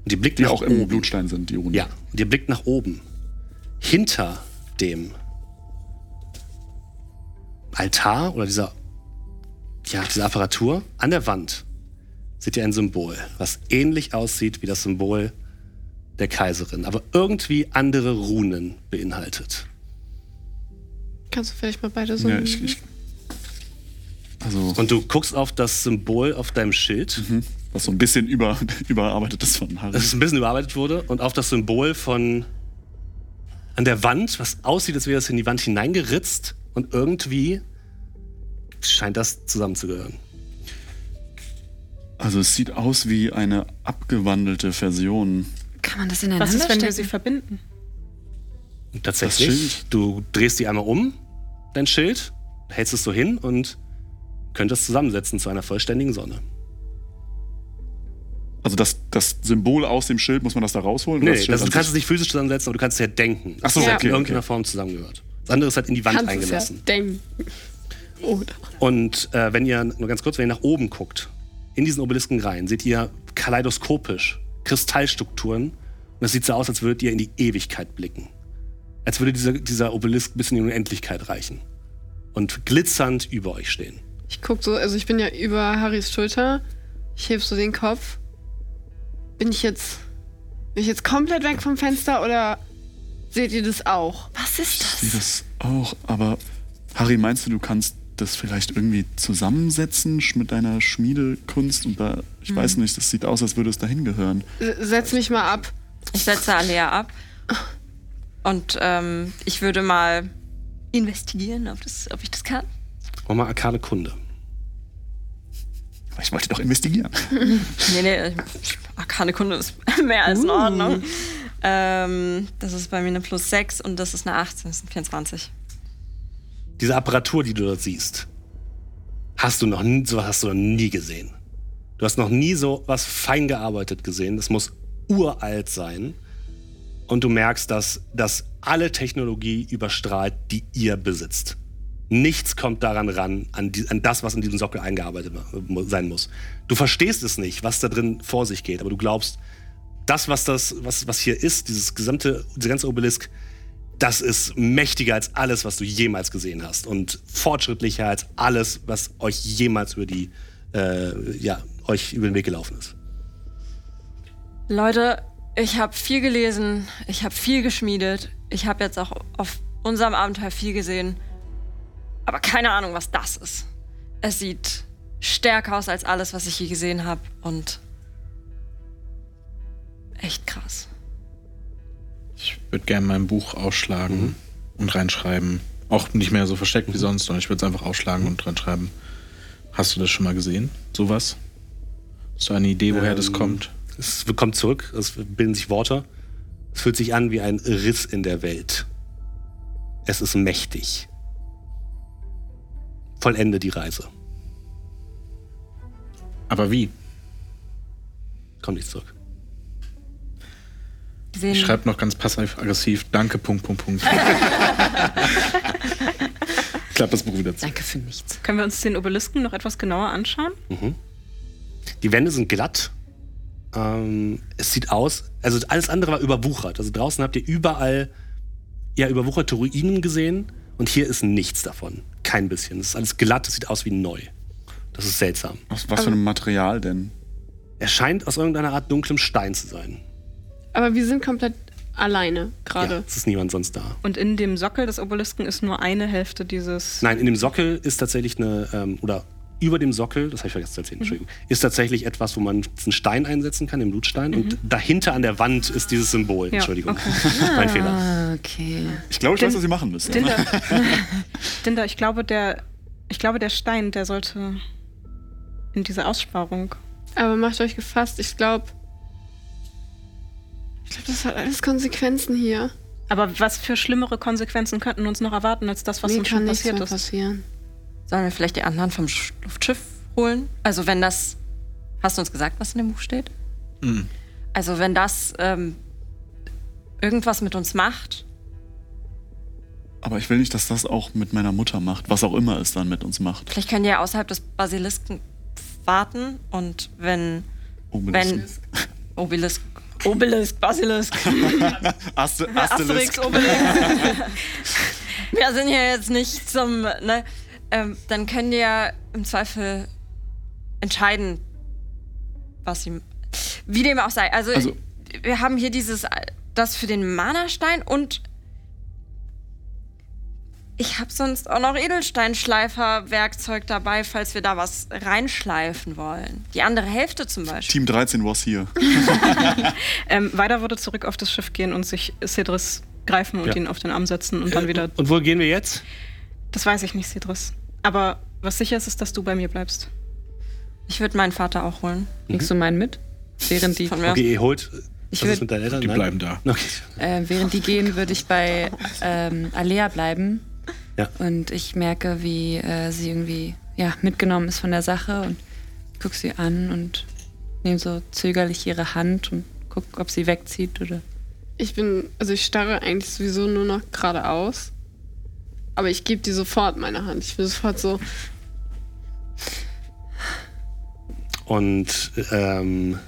Und ihr blickt
die
nach
auch im
oben.
Blutstein sind, die Runen.
Ja, und ihr blickt nach oben. Hinter dem Altar oder dieser, ja, dieser Apparatur an der Wand seht ihr ein Symbol, was ähnlich aussieht wie das Symbol der Kaiserin, aber irgendwie andere Runen beinhaltet.
Kannst du vielleicht mal beide so.
Ja, ich, ich, also
Und du guckst auf das Symbol auf deinem Schild,
was so ein bisschen über, überarbeitet ist von Harry.
das ein bisschen überarbeitet wurde, und auf das Symbol von an der Wand, was aussieht, als wäre es in die Wand hineingeritzt und irgendwie scheint das zusammenzugehören.
Also es sieht aus wie eine abgewandelte Version.
Kann man das
Was
ineinander
ist, wenn wir sie
stecken?
verbinden?
Und
Das
Tatsächlich.
Schild.
Du drehst die einmal um, dein Schild, hältst es so hin und könntest zusammensetzen zu einer vollständigen Sonne.
Also das, das Symbol aus dem Schild, muss man das da rausholen?
Nee,
oder
das
Schild
du
an
kannst es
sich?
nicht physisch zusammensetzen, aber du kannst es ja denken.
Ach so,
ja.
okay,
in irgendeiner
okay.
Form zusammengehört. Das andere ist halt in die Wand
Kannst du es ja Oh,
eingelassen.
denken. Oder?
Und äh, wenn ihr, nur ganz kurz, wenn ihr nach oben guckt, in diesen Obelisken rein, seht ihr kaleidoskopisch Kristallstrukturen. Und es sieht so aus, als würdet ihr in die Ewigkeit blicken. Als würde dieser, dieser Obelisk bis in die Unendlichkeit reichen. Und glitzernd über euch stehen.
Ich guck so, also ich bin ja über Harrys Schulter. Ich heb so den Kopf Bin ich jetzt. Bin ich jetzt komplett weg vom Fenster oder seht ihr das auch?
Was ist das?
Sehe das auch, aber Harry, meinst du, du kannst das vielleicht irgendwie zusammensetzen sch- mit deiner Schmiedekunst? Und da, ich
Mhm.
weiß nicht, das sieht aus, als würde es dahin gehören.
S setz mich mal ab.
Ich setze Alea ab. Und ähm, ich würde mal investigieren, ob, das, ob ich das kann.
Mach mal arkane Kunde.
Aber ich wollte doch investigieren.
Nee, nee, ich- Arkane Kunde ist mehr als in Ordnung. Ähm, das ist bei mir eine Plus 6 und das ist eine 18, das sind 24.
Diese Apparatur, die du dort siehst, hast du noch nie, so hast du noch nie gesehen. Du hast noch nie so was fein gearbeitet gesehen. Das muss uralt sein. Und du merkst, dass das alle Technologie überstrahlt, die ihr besitzt. Nichts kommt daran ran, an, die, an das, was in diesem Sockel eingearbeitet mu- sein muss. Du verstehst es nicht, was da drin vor sich geht, aber du glaubst, das, was, das, was, was hier ist, dieses gesamte, dieser ganze Obelisk, das ist mächtiger als alles, was du jemals gesehen hast und fortschrittlicher als alles, was euch jemals über die, äh, ja, euch über den Weg gelaufen ist.
Leute, ich habe viel gelesen, ich habe viel geschmiedet, ich habe jetzt auch auf unserem Abenteuer viel gesehen, aber keine Ahnung, was das ist. Es sieht stärker aus als alles, was ich je gesehen habe und echt krass.
Ich würde gerne mein Buch aufschlagen und reinschreiben. Auch nicht mehr so versteckt wie sonst, sondern ich würde es einfach aufschlagen und reinschreiben. Hast du das schon mal gesehen? Sowas? Hast du eine Idee, woher das kommt?
Es kommt zurück, es bilden sich Worte. Es fühlt sich an wie ein Riss in der Welt. Es ist mächtig. Vollende die Reise.
Aber wie?
Kommt nicht zurück.
Ich
Sehen,
schreibe noch ganz passiv-aggressiv. Danke, Punkt, Punkt, Punkt. Klappt das Buch wieder zu.
Danke für nichts.
Können wir uns den Obelisken noch etwas genauer anschauen?
Die Wände sind glatt. Ähm, es sieht aus, also alles andere war überwuchert. Also draußen habt ihr überall ja überwucherte Ruinen gesehen und hier ist nichts davon. Kein bisschen. Es ist alles glatt, es sieht aus wie neu. Das ist seltsam.
Aus
Also
was für einem Material denn?
Er scheint aus irgendeiner Art dunklem Stein zu sein.
Aber wir sind komplett alleine
Ja,
gerade.
es ist niemand sonst da.
Und in dem Sockel des Obelisken ist nur eine Hälfte dieses.
Nein, in dem Sockel ist tatsächlich eine, ähm, oder über dem Sockel, das habe ich vergessen zu erzählen, Entschuldigung, ist tatsächlich etwas, wo man einen Stein einsetzen kann, den Blutstein. Und dahinter an der Wand ist dieses Symbol. Entschuldigung. mein Fehler.
Ah. Okay.
Ich glaube, ich
Den-
weiß, was wir machen ne? müssen.
Dinda. Dinda, ich glaube, der. Ich glaube, der Stein, der sollte in diese Aussparung.
Aber macht euch gefasst, ich glaube. Ich glaube, das hat alles Konsequenzen hier.
Aber was für schlimmere Konsequenzen könnten uns noch erwarten, als das, was
Mir
uns
kann
schon
nichts
passiert
mehr
ist?
passieren.
sollen wir vielleicht die anderen vom Sch Luftschiff holen? Also wenn das... Hast du uns gesagt, was in dem Buch steht? Also wenn das ähm, irgendwas mit uns macht,
Aber ich will nicht, dass das auch mit meiner Mutter macht, was auch immer es dann mit uns macht.
Vielleicht können die ja außerhalb des Basilisken warten und wenn.
Oh, Obelisk.
Wenn. Obelisk. Obelisk, Basilisk.
Ast
Asterix,
Asterisk.
Obelisk. Wir sind ja jetzt nicht zum. Ne? Ähm, dann können die ja im Zweifel entscheiden, was sie. Wie dem auch sei. Also,
Also-
wir haben hier dieses. Das für den Mana-Stein und. Ich habe sonst auch noch Edelsteinschleifer-Werkzeug dabei, falls wir da was reinschleifen wollen. Die andere Hälfte zum Beispiel.
Team 13 was hier.
Ähm, weiter würde zurück auf das Schiff gehen und sich Cedris greifen und
Ja.
ihn auf den Arm setzen und dann wieder.
Und wo gehen wir jetzt?
Das weiß ich nicht, Cedris. Aber was sicher ist, ist, dass du bei mir bleibst.
Ich würde meinen Vater auch holen.
Bringst du meinen mit? Während die,
Von mir.
Okay, ihr holt.
Ich
was
würd-
ist mit deinen Eltern?
Die
ne?
Nein?
bleiben da.
Okay.
äh, während die gehen, würde ich bei ähm, Alea bleiben.
Ja.
Und ich merke, wie äh, sie irgendwie ja, mitgenommen ist von der Sache und guck sie an und nehme so zögerlich ihre Hand und guck, ob sie wegzieht oder.
Ich bin, also ich starre eigentlich sowieso nur noch geradeaus. Aber ich gebe die sofort meine Hand. Ich bin sofort so,
Und ähm,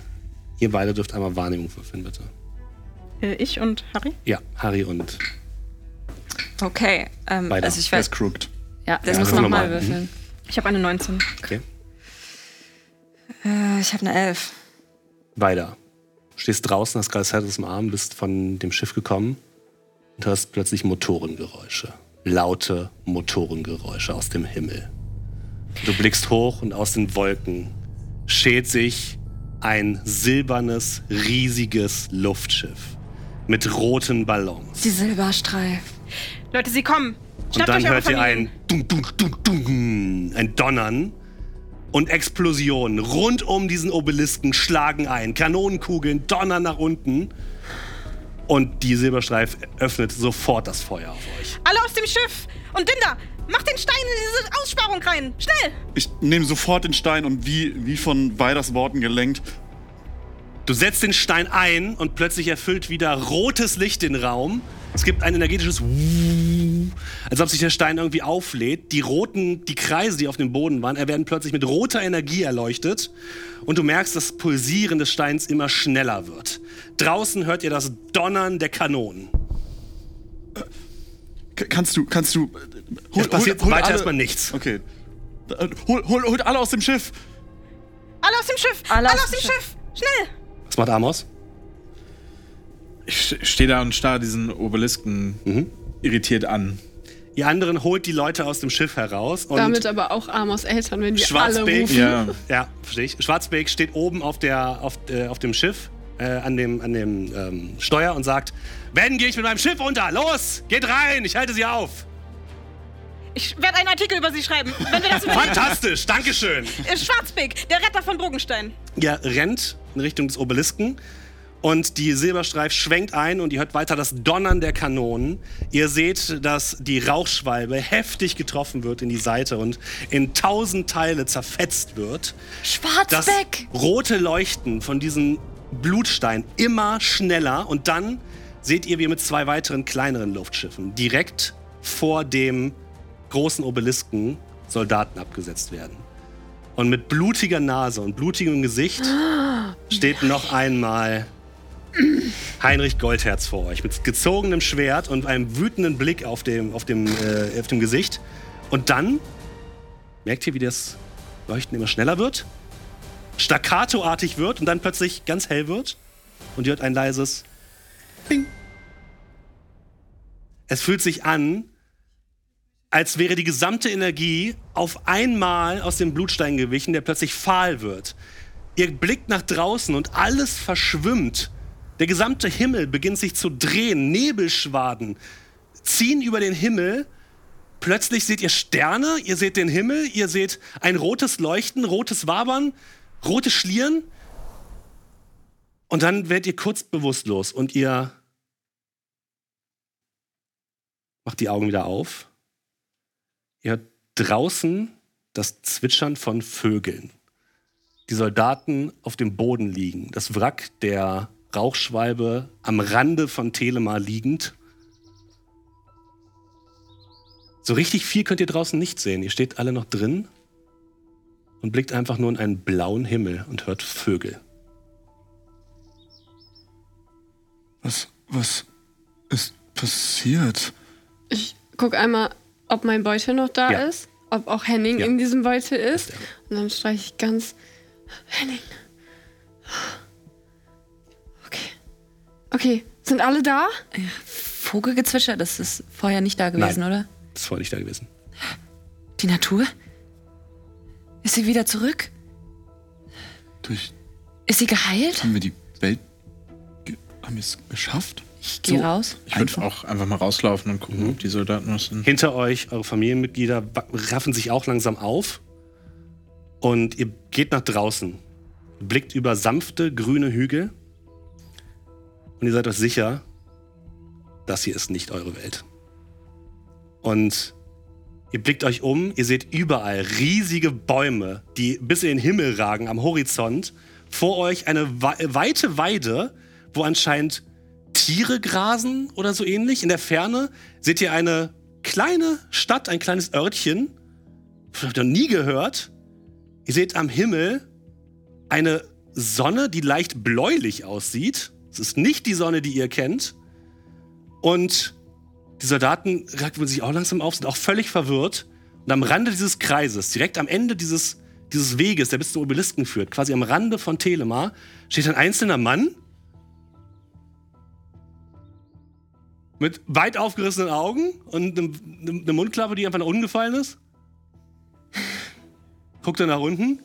ihr beide dürft einmal Wahrnehmung würfeln, bitte.
Äh, ich und Harry?
Ja, Harry und.
Okay, ähm,
Weiter.
also ich
Er
weiß,
ist crooked.
Ja,
Das
das muss
ist
nochmal
normal.
würfeln.
Ich habe eine 19.
Okay.
äh, ich habe eine Elf.
Weiter.
Stehst draußen, hast Galicertes im Arm, bist von dem Schiff gekommen und hörst plötzlich Motorengeräusche. Laute Motorengeräusche aus dem Himmel. Du blickst hoch und aus den Wolken schält sich ein silbernes, riesiges Luftschiff mit roten Ballons.
Die Silberstreif.
Leute, sie kommen.
Und
Schnappt
dann
euch eure
hört ihr
Familien.
ein, dunk, dunk, dunk, dunk, ein Donnern und Explosionen rund um diesen Obelisken schlagen ein. Kanonenkugeln donnern nach unten. Und die Silberstreif öffnet sofort das Feuer auf euch.
Alle aus dem Schiff. Und Dinda, mach den Stein in diese Aussparung rein. Schnell.
Ich nehme sofort den Stein und wie, wie von Weiders Worten gelenkt,
Du setzt den Stein ein und plötzlich erfüllt wieder rotes Licht den Raum. Es gibt ein energetisches Wuh, als ob sich der Stein irgendwie auflädt. Die roten, die Kreise, die auf dem Boden waren, er werden plötzlich mit roter Energie erleuchtet. Und du merkst, das Pulsieren des Steins immer schneller wird. Draußen hört ihr das Donnern der Kanonen.
K- kannst du, kannst du. äh, Hol,
Es passiert
hol
weiter
alle-
erstmal nichts.
Okay. Da- äh, Hol, hol, holt alle aus dem Schiff!
Alle aus dem Schiff.
Alle
Alle,
aus
aus dem
dem
Schiff. Schnell.
Was macht Amos?
Ich stehe da und starr diesen Obelisken irritiert an.
Ihr anderen holt die Leute aus dem Schiff heraus. Und
Damit aber auch Amos Eltern, wenn wir alle
Schwarzbeck.
rufen.
Ja.
Ja, verstehe ich. Schwarzbeck steht oben auf, der, auf, äh, auf dem Schiff, äh, an dem, an dem ähm, Steuer und sagt: Wenn gehe ich mit meinem Schiff unter, los, geht rein, ich halte sie auf.
Ich werde einen Artikel über sie schreiben, wenn wir das überleben.
Fantastisch, Dankeschön.
Äh, Schwarzbeck, der Retter von Bogenstein.
Ihr rennt in Richtung des Obelisken und die Silberstreif schwenkt ein und ihr hört weiter das Donnern der Kanonen. Ihr seht, dass die Rauchschwalbe heftig getroffen wird in die Seite und in tausend Teile zerfetzt wird. das
Schwarzbeck!
rote Leuchten von diesem Blutstein immer schneller und dann seht ihr, wie ihr mit zwei weiteren kleineren Luftschiffen direkt vor dem großen Obelisken Soldaten abgesetzt werden. Und mit blutiger Nase und blutigem Gesicht steht noch einmal Heinrich Goldherz vor euch mit gezogenem Schwert und einem wütenden Blick auf dem, auf dem, äh, auf dem Gesicht. Und dann merkt ihr, wie das Leuchten immer schneller wird staccatoartig wird und dann plötzlich ganz hell wird und ihr hört ein leises Ping. Es fühlt sich an, als wäre die gesamte Energie auf einmal aus dem Blutstein gewichen, der plötzlich fahl wird. Ihr blickt nach draußen und alles verschwimmt. Der gesamte Himmel beginnt sich zu drehen, Nebelschwaden ziehen über den Himmel Plötzlich seht ihr Sterne, ihr seht den Himmel, ihr seht ein rotes Leuchten, rotes Wabern, rote Schlieren. Und dann werdet ihr kurz bewusstlos und ihr macht die Augen wieder auf. Ihr hört draußen das Zwitschern von Vögeln. Die Soldaten auf dem Boden liegen, das Wrack der Rauchschwalbe am Rande von Telema liegend. So richtig viel könnt ihr draußen nicht sehen. Ihr steht alle noch drin und blickt einfach nur in einen blauen Himmel und hört Vögel.
Was, was ist passiert?
Ich guck einmal, ob mein Beutel noch da
Ja.
ist, ob auch Henning
Ja.
in diesem Beutel ist. Und dann streiche ich ganz. Henning. Okay. Okay, sind alle da?
Vogelgezwitscher, das ist vorher nicht da gewesen,
Nein.
oder?
Das ist vorher nicht da gewesen.
Die Natur? Ist sie wieder zurück?
Durch.
Ist sie geheilt?
Haben wir die Welt. ge- Haben wir es geschafft?
Ich gehe raus.
Ich würde auch einfach mal rauslaufen und gucken, ob die Soldaten was sind.
Hinter euch, eure Familienmitglieder wa- raffen sich auch langsam auf. Und ihr geht nach draußen. Blickt über sanfte grüne Hügel. Und ihr seid euch sicher, das hier ist nicht eure Welt. Und ihr blickt euch um, ihr seht überall riesige Bäume, die bis in den Himmel ragen am Horizont. Vor euch eine wei- weite Weide, wo anscheinend Tiere grasen oder so ähnlich. In der Ferne seht ihr eine kleine Stadt, ein kleines Örtchen. Vielleicht noch nie gehört. Ihr seht am Himmel eine Sonne, die leicht bläulich aussieht. Es ist nicht die Sonne, die ihr kennt. Und die Soldaten ragten sich auch langsam auf, sind auch völlig verwirrt. Und am Rande dieses Kreises, direkt am Ende dieses, dieses Weges, der bis zum Obelisken führt, quasi am Rande von Telema, steht ein einzelner Mann Mit weit aufgerissenen Augen und einem- einem- einer Mundklappe, die einfach nach unten gefallen ist. Guckt er nach unten.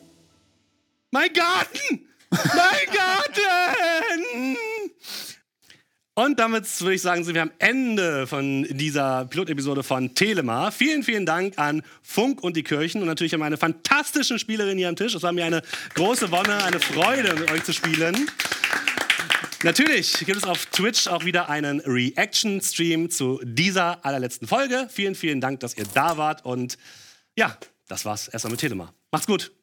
Mein Garten! Mein Garten! Und damit würde ich sagen, sind wir am Ende von dieser Pilotepisode von Telema. Vielen, vielen Dank an Funk und die Kirchen und natürlich an meine fantastischen Spielerinnen hier am Tisch. Es war mir eine große Wonne, eine Freude, mit euch zu spielen. Natürlich gibt es auf Twitch auch wieder einen Reaction-Stream zu dieser allerletzten Folge. Vielen, vielen Dank, dass ihr da wart. Und ja, das war's erstmal mit Telema. Macht's gut.